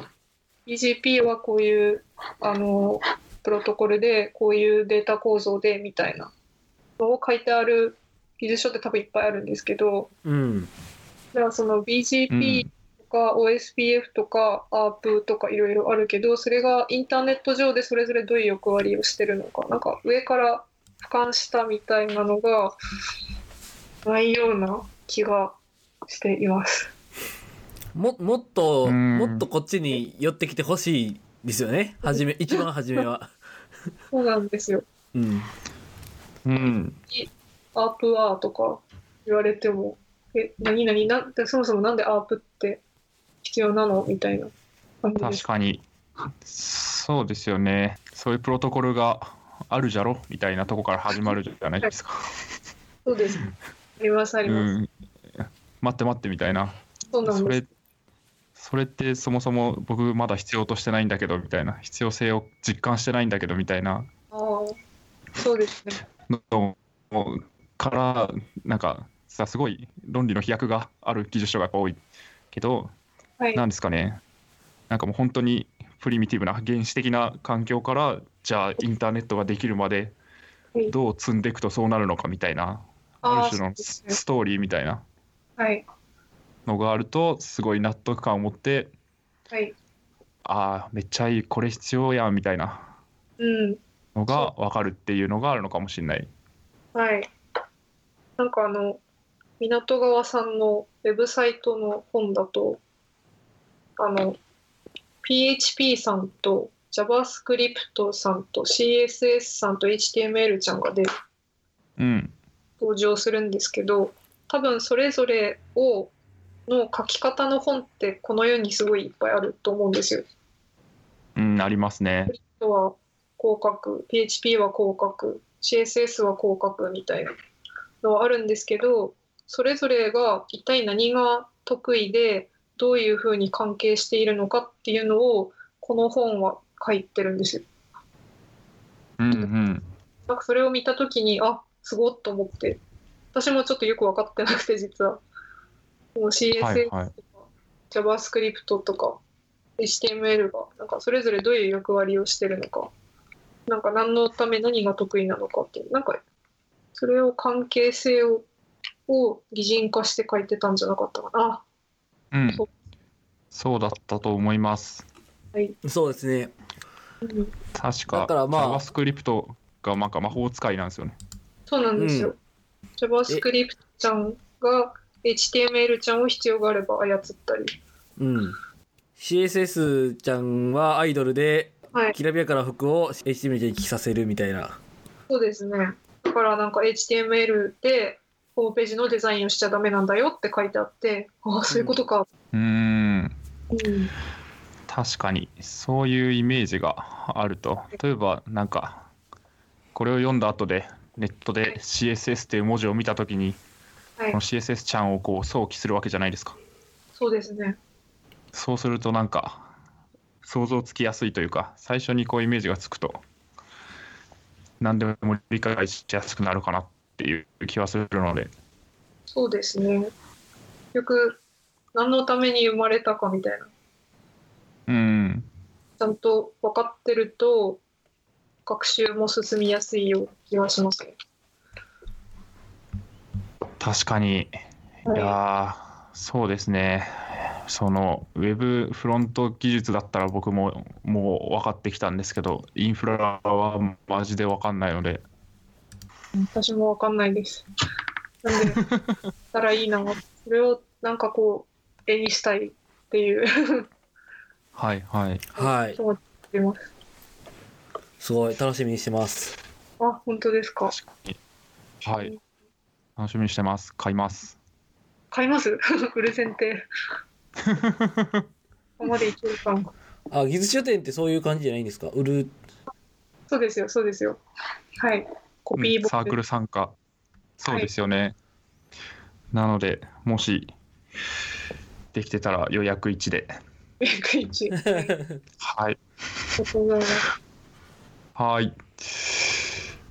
Speaker 3: BGP はこういう、あの、プロトコルで、こういうデータ構造で、みたいなのを書いてある技術書って多分いっぱいあるんですけど、
Speaker 1: うん。
Speaker 3: だからその BGP
Speaker 2: う、ん
Speaker 3: とか OSPF とか ARP とかいろいろあるけどそれがインターネット上でそれぞれどういう役割をしてるのかなんか上から俯瞰したみたいなのがないような気がしています。
Speaker 1: も、もっと、
Speaker 2: うん
Speaker 1: もっとこっちに寄ってきてほしいですよね。は
Speaker 3: <laughs>
Speaker 1: じめ、一番初めは。
Speaker 3: そうなんですよ。
Speaker 1: うん。
Speaker 2: うん
Speaker 3: アープはとか言われても、え、何々なんでそもそもなんでアープって必要なのみたいな感じで
Speaker 2: 確
Speaker 3: す。
Speaker 2: かにそうですよねそういうプロトコルがあるじゃろみたいなとこから始まるじゃないですか
Speaker 3: そうです。あります、あります。
Speaker 2: うん、待って待ってみたいな
Speaker 3: そうなん
Speaker 2: そ
Speaker 3: です
Speaker 2: れ。それってそもそも僕まだ必要としてないんだけどみたいな必要性を実感してないんだけどみたいな
Speaker 3: ああ、そうですね。
Speaker 2: のからなんかさすごい論理の飛躍がある技術書がやっぱ多いけど
Speaker 3: はい。
Speaker 2: <laughs> なんですかねなんかもう本当にプリミティブな原始的な環境からじゃあインターネットができるまで
Speaker 3: はい
Speaker 2: どう積んでいくとそうなるのかみたいなあ
Speaker 3: あ
Speaker 2: る
Speaker 3: あ
Speaker 2: 種の
Speaker 3: そうですね
Speaker 2: ストーリーみたいな
Speaker 3: はい
Speaker 2: のがあるとすごい納得感を持って
Speaker 3: はい
Speaker 2: ああめっちゃいいこれ必要やんみたいな
Speaker 3: うん
Speaker 2: のが分かるっていうのがあるのかもしれない。
Speaker 3: はいなんかあの港川さんのウェブサイトの本だとあの PHP さんと JavaScript さんと CSS さんと HTML ちゃんが出
Speaker 2: うん
Speaker 3: 登場するんですけど多分それぞれをの書き方の本ってこの世にすごいいっぱいあると思うんですよ。
Speaker 2: うん、ありますね。
Speaker 3: 人はこう書く PHP はこう書く CSS はこう書くみたいなのはあるんですけどそれぞれが一体何が得意でどういうふうに関係しているのかっていうのをこの本は書いてるんですよ。
Speaker 2: うんうん。
Speaker 3: なんかそれを見た時にあすごっと思って私もちょっとよく分かってなくて実は。もう CSS とか、
Speaker 2: はいはい
Speaker 3: JavaScript とか HTML がなんかそれぞれどういう役割をしてるのかなんか何のため何が得意なのかっていうなんかそれを関係性をを擬人化して書いてたんじゃなかったかな
Speaker 2: うん
Speaker 3: そう、
Speaker 2: そうだったと思います。
Speaker 1: そうですね。
Speaker 3: あ、うん
Speaker 2: 確か
Speaker 1: だからまあ
Speaker 2: JavaScript がなんか魔法使いなんですよね。
Speaker 3: そうなんですよ、JavaScript ちゃんが HTML ちゃんを必要があれば操ったり
Speaker 1: うん。CSS ちゃんはアイドルで、
Speaker 3: はい
Speaker 1: きらびやかな服を HTML ちゃんに着させるみたいな。
Speaker 3: そうですね。だからなんか HTML でホームページのデザインをしちゃダメなんだよって書いてあって、ああ、そういうことか。
Speaker 2: うーん、
Speaker 3: うん。
Speaker 2: 確かにそういうイメージがあると。例えばなんかこれを読んだ後でネットで CSS っていう文字を見たときに、
Speaker 3: は
Speaker 2: こ
Speaker 3: い
Speaker 2: の。CSS ちゃんをこう想起するわけじゃないですか。
Speaker 3: そうですね。
Speaker 2: そうするとなんか想像つきやすいというか最初にこうイメージがつくと何でも理解しやすくなるかなっていう気はするので
Speaker 3: そうですね。よく何のために生まれたかみたいな。
Speaker 2: うん
Speaker 3: ちゃんと分かってると学習も進みやすいような気がしますね。
Speaker 2: 確かにいやーそうですねそのウェブフロント技術だったら僕ももう分かってきたんですけどインフラはマジで分かんないので
Speaker 3: 私も分かんないです。なんで、たらいいな。それをなんかこう、絵にしたいっていう
Speaker 2: はいはい
Speaker 1: はい
Speaker 3: 気。持ちでます。
Speaker 1: すごい、楽しみにしてます。
Speaker 3: あ、本当ですか。
Speaker 2: 確かにはい楽しみにしてます買います
Speaker 3: 買います <laughs> 売る前
Speaker 2: <laughs>
Speaker 3: 提ここまでいけるかも
Speaker 1: あ、技術書店ってそういう感じじゃないんですか売る。
Speaker 3: そうですよそうですよはいコピー
Speaker 2: うん
Speaker 3: ボ
Speaker 2: サー
Speaker 3: ッ
Speaker 2: ク
Speaker 3: ク
Speaker 2: ル
Speaker 3: ス
Speaker 2: 参加そうですよね、なのでもしできてたら予約1で
Speaker 3: メイ <laughs> ク一ありが
Speaker 2: はい
Speaker 3: とうございます
Speaker 2: はいいや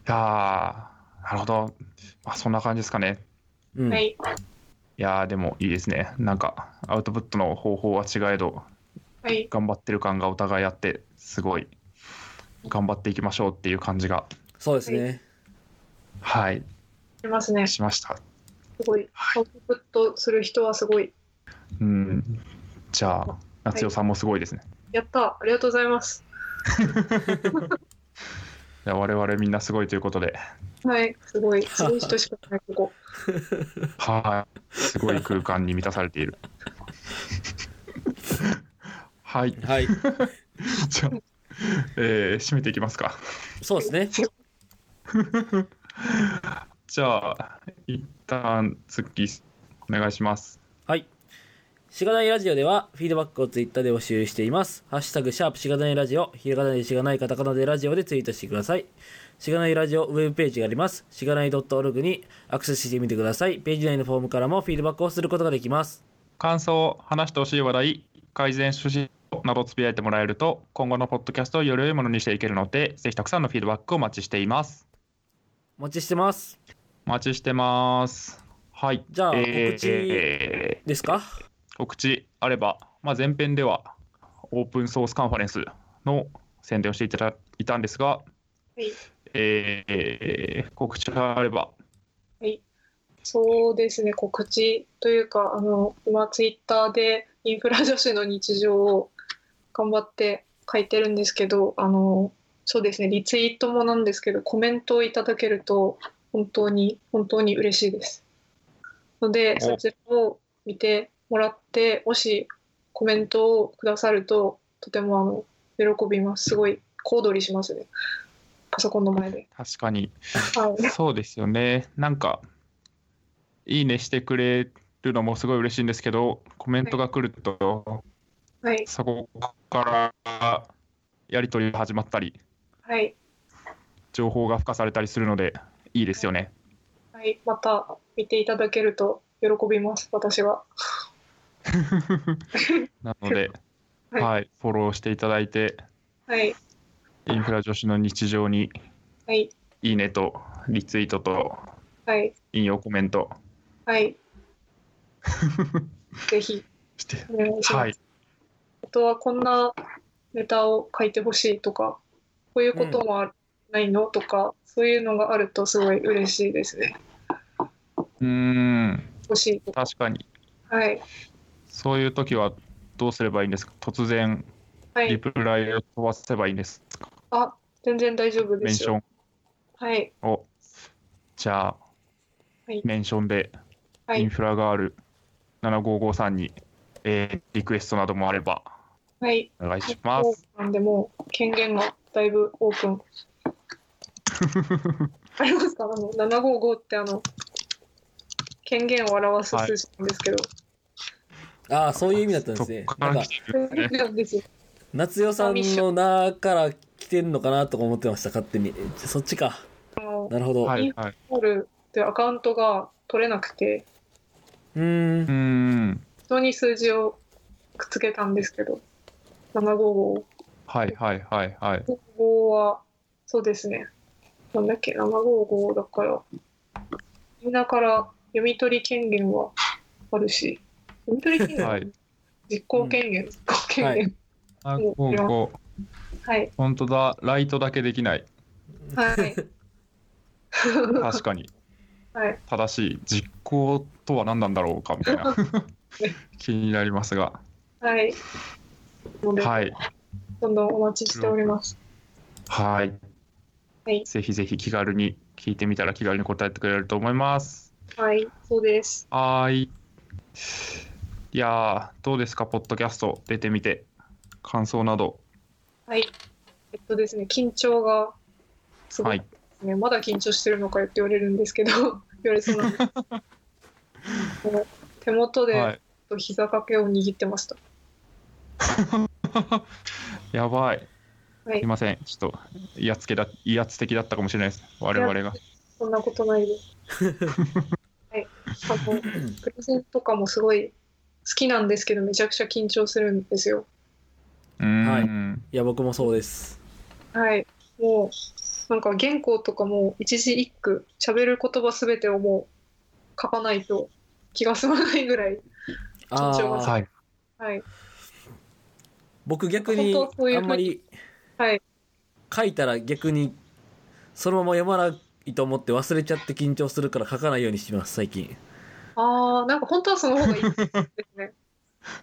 Speaker 2: ーなるほど、まあ、そんな感じですかね
Speaker 1: うん。
Speaker 3: はい
Speaker 2: いやーでもいいですねなんかアウトプットの方法は違えど
Speaker 3: はい
Speaker 2: 頑張ってる感がお互いあってすごい頑張っていきましょうっていう感じが
Speaker 1: そうですね。
Speaker 2: はい
Speaker 3: いますねす
Speaker 2: しました
Speaker 3: ごいアウトプットする人はすごい
Speaker 2: うんじゃあ夏代さんもすごいですね、
Speaker 3: やったありがとうございます
Speaker 2: いや我々みんなすごいということで
Speaker 3: はいすごいすごい人しかいないここ
Speaker 2: はい、すごい空間に満たされている。 <laughs> はい、
Speaker 1: はい。
Speaker 2: じゃあ、えー締めていきますか。
Speaker 1: そうですね。
Speaker 2: じゃあ、一旦、次、お願いします。
Speaker 1: はい。しがないラジオでは、フィードバックをツイッターで募集しています。ハッシュタグ、シャープしがないラジオ、ひらがなでしがないカタカナでラジオでツイートしてください。しがないラジオウェブページがあります。しがない .org にアクセスしてみてください。ページ内のフォームからもフィードバックをすることができます。
Speaker 2: 感想、話してほしい話題、改善趣旨などつぶやいてもらえると、今後のポッドキャストをより良いものにしていけるので、ぜひたくさんのフィードバックをお待ちしています。
Speaker 1: お待ちしてます。
Speaker 2: お待ちしてます。はい。
Speaker 1: じゃあ
Speaker 2: えー
Speaker 1: 告知ですか
Speaker 2: 告知あれば、まあ、前編ではオープンソースカンファレンスの宣伝をしていただいたんですが、
Speaker 3: はい
Speaker 2: えー告知があれば、
Speaker 3: はいそうですね告知というかあの今ツイッターでインフラ女子の日常を頑張って書いてるんですけどあのそうですねリツイートもなんですけどコメントをいただけると本当に本当に嬉しいですので
Speaker 2: お
Speaker 3: そちらを見てもらってもしコメントをくださるととてもあの喜びますすごい小躍りしますねパソコンの前で。
Speaker 2: 確かに。
Speaker 3: はい
Speaker 2: そうですよね。なんか、いいねしてくれるのもすごい嬉しいんですけど、コメントが来ると、
Speaker 3: はい
Speaker 2: そこからやり取りが始まったり、
Speaker 3: はい
Speaker 2: 情報が付加されたりするので、いいですよね。
Speaker 3: はい、また見ていただけると喜びます、私は。
Speaker 2: なので、
Speaker 3: はい
Speaker 2: はい、フォローしていただいて、
Speaker 3: はい、
Speaker 2: インフラ女子の日常に、
Speaker 3: はい、
Speaker 2: いいねと、リツイートと、
Speaker 3: はい、
Speaker 2: 引用コメント <laughs>
Speaker 3: はい。ぜひ
Speaker 2: して、
Speaker 3: お願いします。
Speaker 2: はい、
Speaker 3: あとはこんなネタを書いてほしいとか、こういうこともあるないのとか、そういうのがあるとすごい嬉しいですね。
Speaker 2: うーん、
Speaker 3: 欲しいとか。
Speaker 2: 確かに、
Speaker 3: はい、
Speaker 2: そういう時はどうすればいいんですか、突然、
Speaker 3: は
Speaker 2: リ
Speaker 3: い。
Speaker 2: プライを飛ばせばいいんですか、
Speaker 3: あ、全然大丈夫で
Speaker 2: メン
Speaker 3: す
Speaker 2: ショ
Speaker 3: よ。
Speaker 2: ン
Speaker 3: はい、
Speaker 2: を。じゃあ、
Speaker 3: はい
Speaker 2: メンションで
Speaker 3: は
Speaker 2: イン
Speaker 3: い、
Speaker 2: フラがある7553に、えーリクエストなどもあれば
Speaker 3: はい。
Speaker 2: お願いします。
Speaker 3: なんでもう権限がだいぶオープン。
Speaker 2: <laughs>
Speaker 3: ありますかあの755ってあの権限を表す数字なんですけど、
Speaker 1: ああ、そういう意味だったんで
Speaker 2: そ
Speaker 1: すね
Speaker 2: こ。か
Speaker 1: なん
Speaker 2: ら
Speaker 1: か
Speaker 2: 来、てるんですね。
Speaker 3: なんですよ
Speaker 1: 夏代さんの名から来てんのかなとか思ってました、勝手に。そっちか。なるほど。
Speaker 2: は
Speaker 1: う
Speaker 2: いはい、
Speaker 3: ホールでアカウントが取れなくて
Speaker 1: ーん
Speaker 2: うー。ん、
Speaker 3: 普通に数字をくっつけたんですけど755
Speaker 2: はいはいはいはい。
Speaker 3: 55はそうですねなんだっけ755だからみんなから読み取り権限はあるし読み取り権限、
Speaker 2: はい
Speaker 3: 実行権限、実行権限
Speaker 2: あ、
Speaker 3: うん
Speaker 2: こうこう、
Speaker 3: はい
Speaker 2: 本当だ、ライトだけできない。
Speaker 3: はい、
Speaker 2: 確かに。
Speaker 3: はい
Speaker 2: 正しい実行とは何なんだろうかみた
Speaker 3: <laughs>
Speaker 2: いな気になりますが、
Speaker 3: はい。ので、
Speaker 2: はい、
Speaker 3: どんどんお待ちしております。
Speaker 2: はい、
Speaker 3: はい
Speaker 2: ぜひぜひ気軽に聞いてみたら気軽に答えてくれると思います。
Speaker 3: はい、そうです。
Speaker 2: はーい。いやー、どうですか、ポッドキャスト出てみて、感想など、
Speaker 3: はい。えっとですね、緊張がすご
Speaker 2: はいい
Speaker 3: で、すね。まだ緊張してるのかよって言われるんですけど、 <laughs> 言われそうなん
Speaker 2: <laughs>
Speaker 3: です。もう手元
Speaker 2: は
Speaker 3: で
Speaker 2: い、
Speaker 3: 膝掛けを握ってました。
Speaker 2: やばい、
Speaker 3: はい
Speaker 2: すいません、ちょっと威圧けだ威圧的だったかもしれないです、我々が。
Speaker 3: そんなことないです。はい。あの、プレゼンとかもすごい好きなんですけど、めちゃくちゃ緊張するんですよ。
Speaker 2: うー
Speaker 1: はい
Speaker 2: ん、
Speaker 1: いや、僕もそうです。
Speaker 3: はい、もうなんか原稿とかも一字一句喋る言葉すべてをもう書かないと気が済まないぐらい、
Speaker 1: あ
Speaker 3: 緊張は
Speaker 1: あ、
Speaker 2: はい、
Speaker 3: はい、
Speaker 1: 僕逆に
Speaker 3: 本当そういう
Speaker 1: あんまり
Speaker 3: はい
Speaker 1: 書いたら逆にそのまま読まないと思って忘れちゃって緊張するから書かないようにします、最近。
Speaker 3: ああなんか本当はその方がいいですね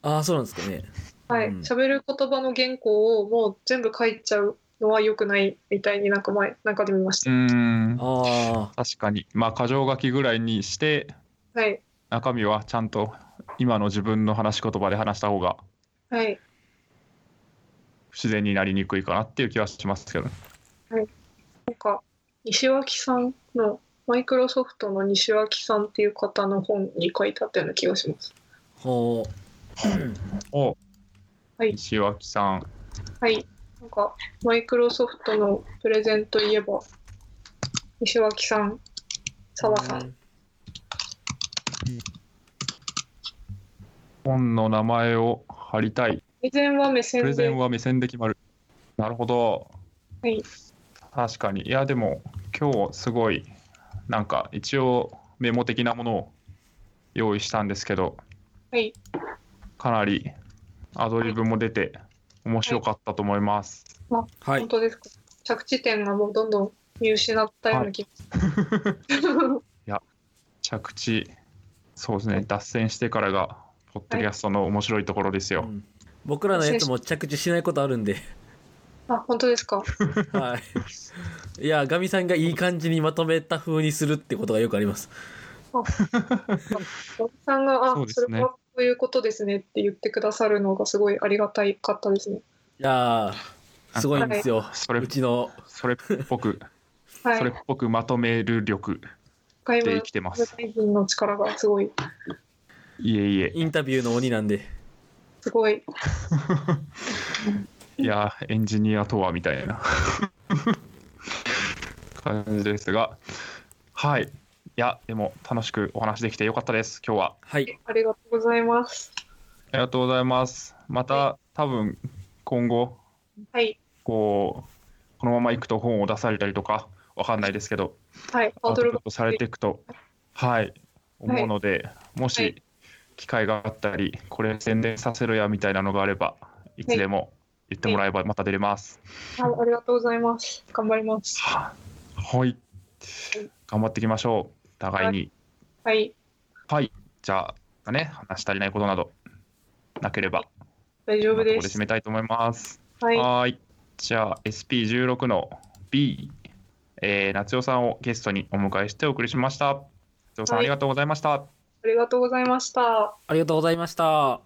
Speaker 1: ああ、そうなんですかね。
Speaker 3: は
Speaker 1: う
Speaker 3: い
Speaker 1: ん
Speaker 3: 喋る言葉の原稿をもう全部書いちゃうのは良くないみたいになんか前なんかで見まし
Speaker 2: う
Speaker 3: た、
Speaker 2: ーん、
Speaker 1: あ
Speaker 2: 確かに、まあ、箇条書きぐらいにして、
Speaker 3: はい
Speaker 2: 中身はちゃんと今の自分の話し言葉で話した方が
Speaker 3: はい
Speaker 2: 不自然になりにくいかなっていう気はしますけど、
Speaker 3: なんか西脇さんのマイクロソフトの西脇さんっていう方の本に書いてあったような気がします
Speaker 1: あ、ほ
Speaker 2: お
Speaker 3: はい
Speaker 2: 石脇さん
Speaker 3: はい。なんか、マイクロソフトのプレゼンといえば、西脇さん、澤さん。
Speaker 2: 本の名前を貼りたい
Speaker 3: プレゼンは目
Speaker 2: プ
Speaker 3: 線
Speaker 2: レゼ
Speaker 3: で
Speaker 2: ン、は目線で決まるなるほど、
Speaker 3: はい
Speaker 2: 確かにいやでも今日すごいなんか一応メモ的なものを用意したんですけど
Speaker 3: はい。
Speaker 2: かなりアドリブも出て面白かったと思います、
Speaker 1: はい
Speaker 3: 本。当ですか。
Speaker 2: <laughs>
Speaker 3: 着地点がもうどんどん見失ったような気がします。
Speaker 2: 着地、そうですね、脱線してからが、ポッドキャストの面白いところですよ。
Speaker 1: うん僕らのやつも着地しないことあるんで、
Speaker 3: あ、本当ですか。
Speaker 1: はい。いや、ガミさんがいい感じにまとめた風にするってことがよくあります。
Speaker 3: おじさんが、あ、
Speaker 2: そう
Speaker 3: そ
Speaker 2: ですね
Speaker 3: れはこういうことですねって言ってくださるのがすごいありがたいかったですね。
Speaker 1: いやー、すごいんですよ。
Speaker 2: それ
Speaker 1: うちの、
Speaker 2: それっぽく、
Speaker 3: はい。
Speaker 2: それっぽくまとめる力
Speaker 3: 外
Speaker 2: で
Speaker 3: 務
Speaker 2: 生きてます。
Speaker 3: 大臣の力がすごい、
Speaker 2: いえいえ。
Speaker 1: インタビューの鬼なんで。
Speaker 3: すごい。
Speaker 2: いやーエンジニアとはみたいな <laughs> 感じですがはいいやでも楽しくお話できてよかったです今日は
Speaker 1: はい。
Speaker 3: ありがとうございます。
Speaker 2: ありがとうございますまた多分今後
Speaker 3: はい。
Speaker 2: こうこのままいくと本を出されたりとかわかんないですけど
Speaker 3: はい。
Speaker 2: ア
Speaker 3: ア
Speaker 2: ウ
Speaker 3: ウト
Speaker 2: トプ
Speaker 3: ロ
Speaker 2: ッ
Speaker 3: ッ
Speaker 2: トされていくとはい思うので、も
Speaker 3: は
Speaker 2: し
Speaker 3: い
Speaker 2: 機会があったりこれ宣伝させろやみたいなのがあればいつでも言ってもらえばまた出れます、
Speaker 3: クはい。ありがとうございます。頑張ります。
Speaker 2: ははい。頑張っていきましょう。互いに。
Speaker 3: はい。
Speaker 2: はい。じゃあ、ね、話し足りないことなどなければ、
Speaker 3: 大丈
Speaker 2: こ
Speaker 3: 夫
Speaker 2: こで
Speaker 3: で
Speaker 2: 締
Speaker 3: す。
Speaker 2: めたいと思います。
Speaker 3: はい。は
Speaker 2: はーい。じゃあ、SP16 の B、えー、夏代さんをゲストにお迎えしてお送りしました。夏代さん、
Speaker 3: はい
Speaker 2: ありがとうございました。
Speaker 3: ありがとうございました。
Speaker 1: ありがとうございました。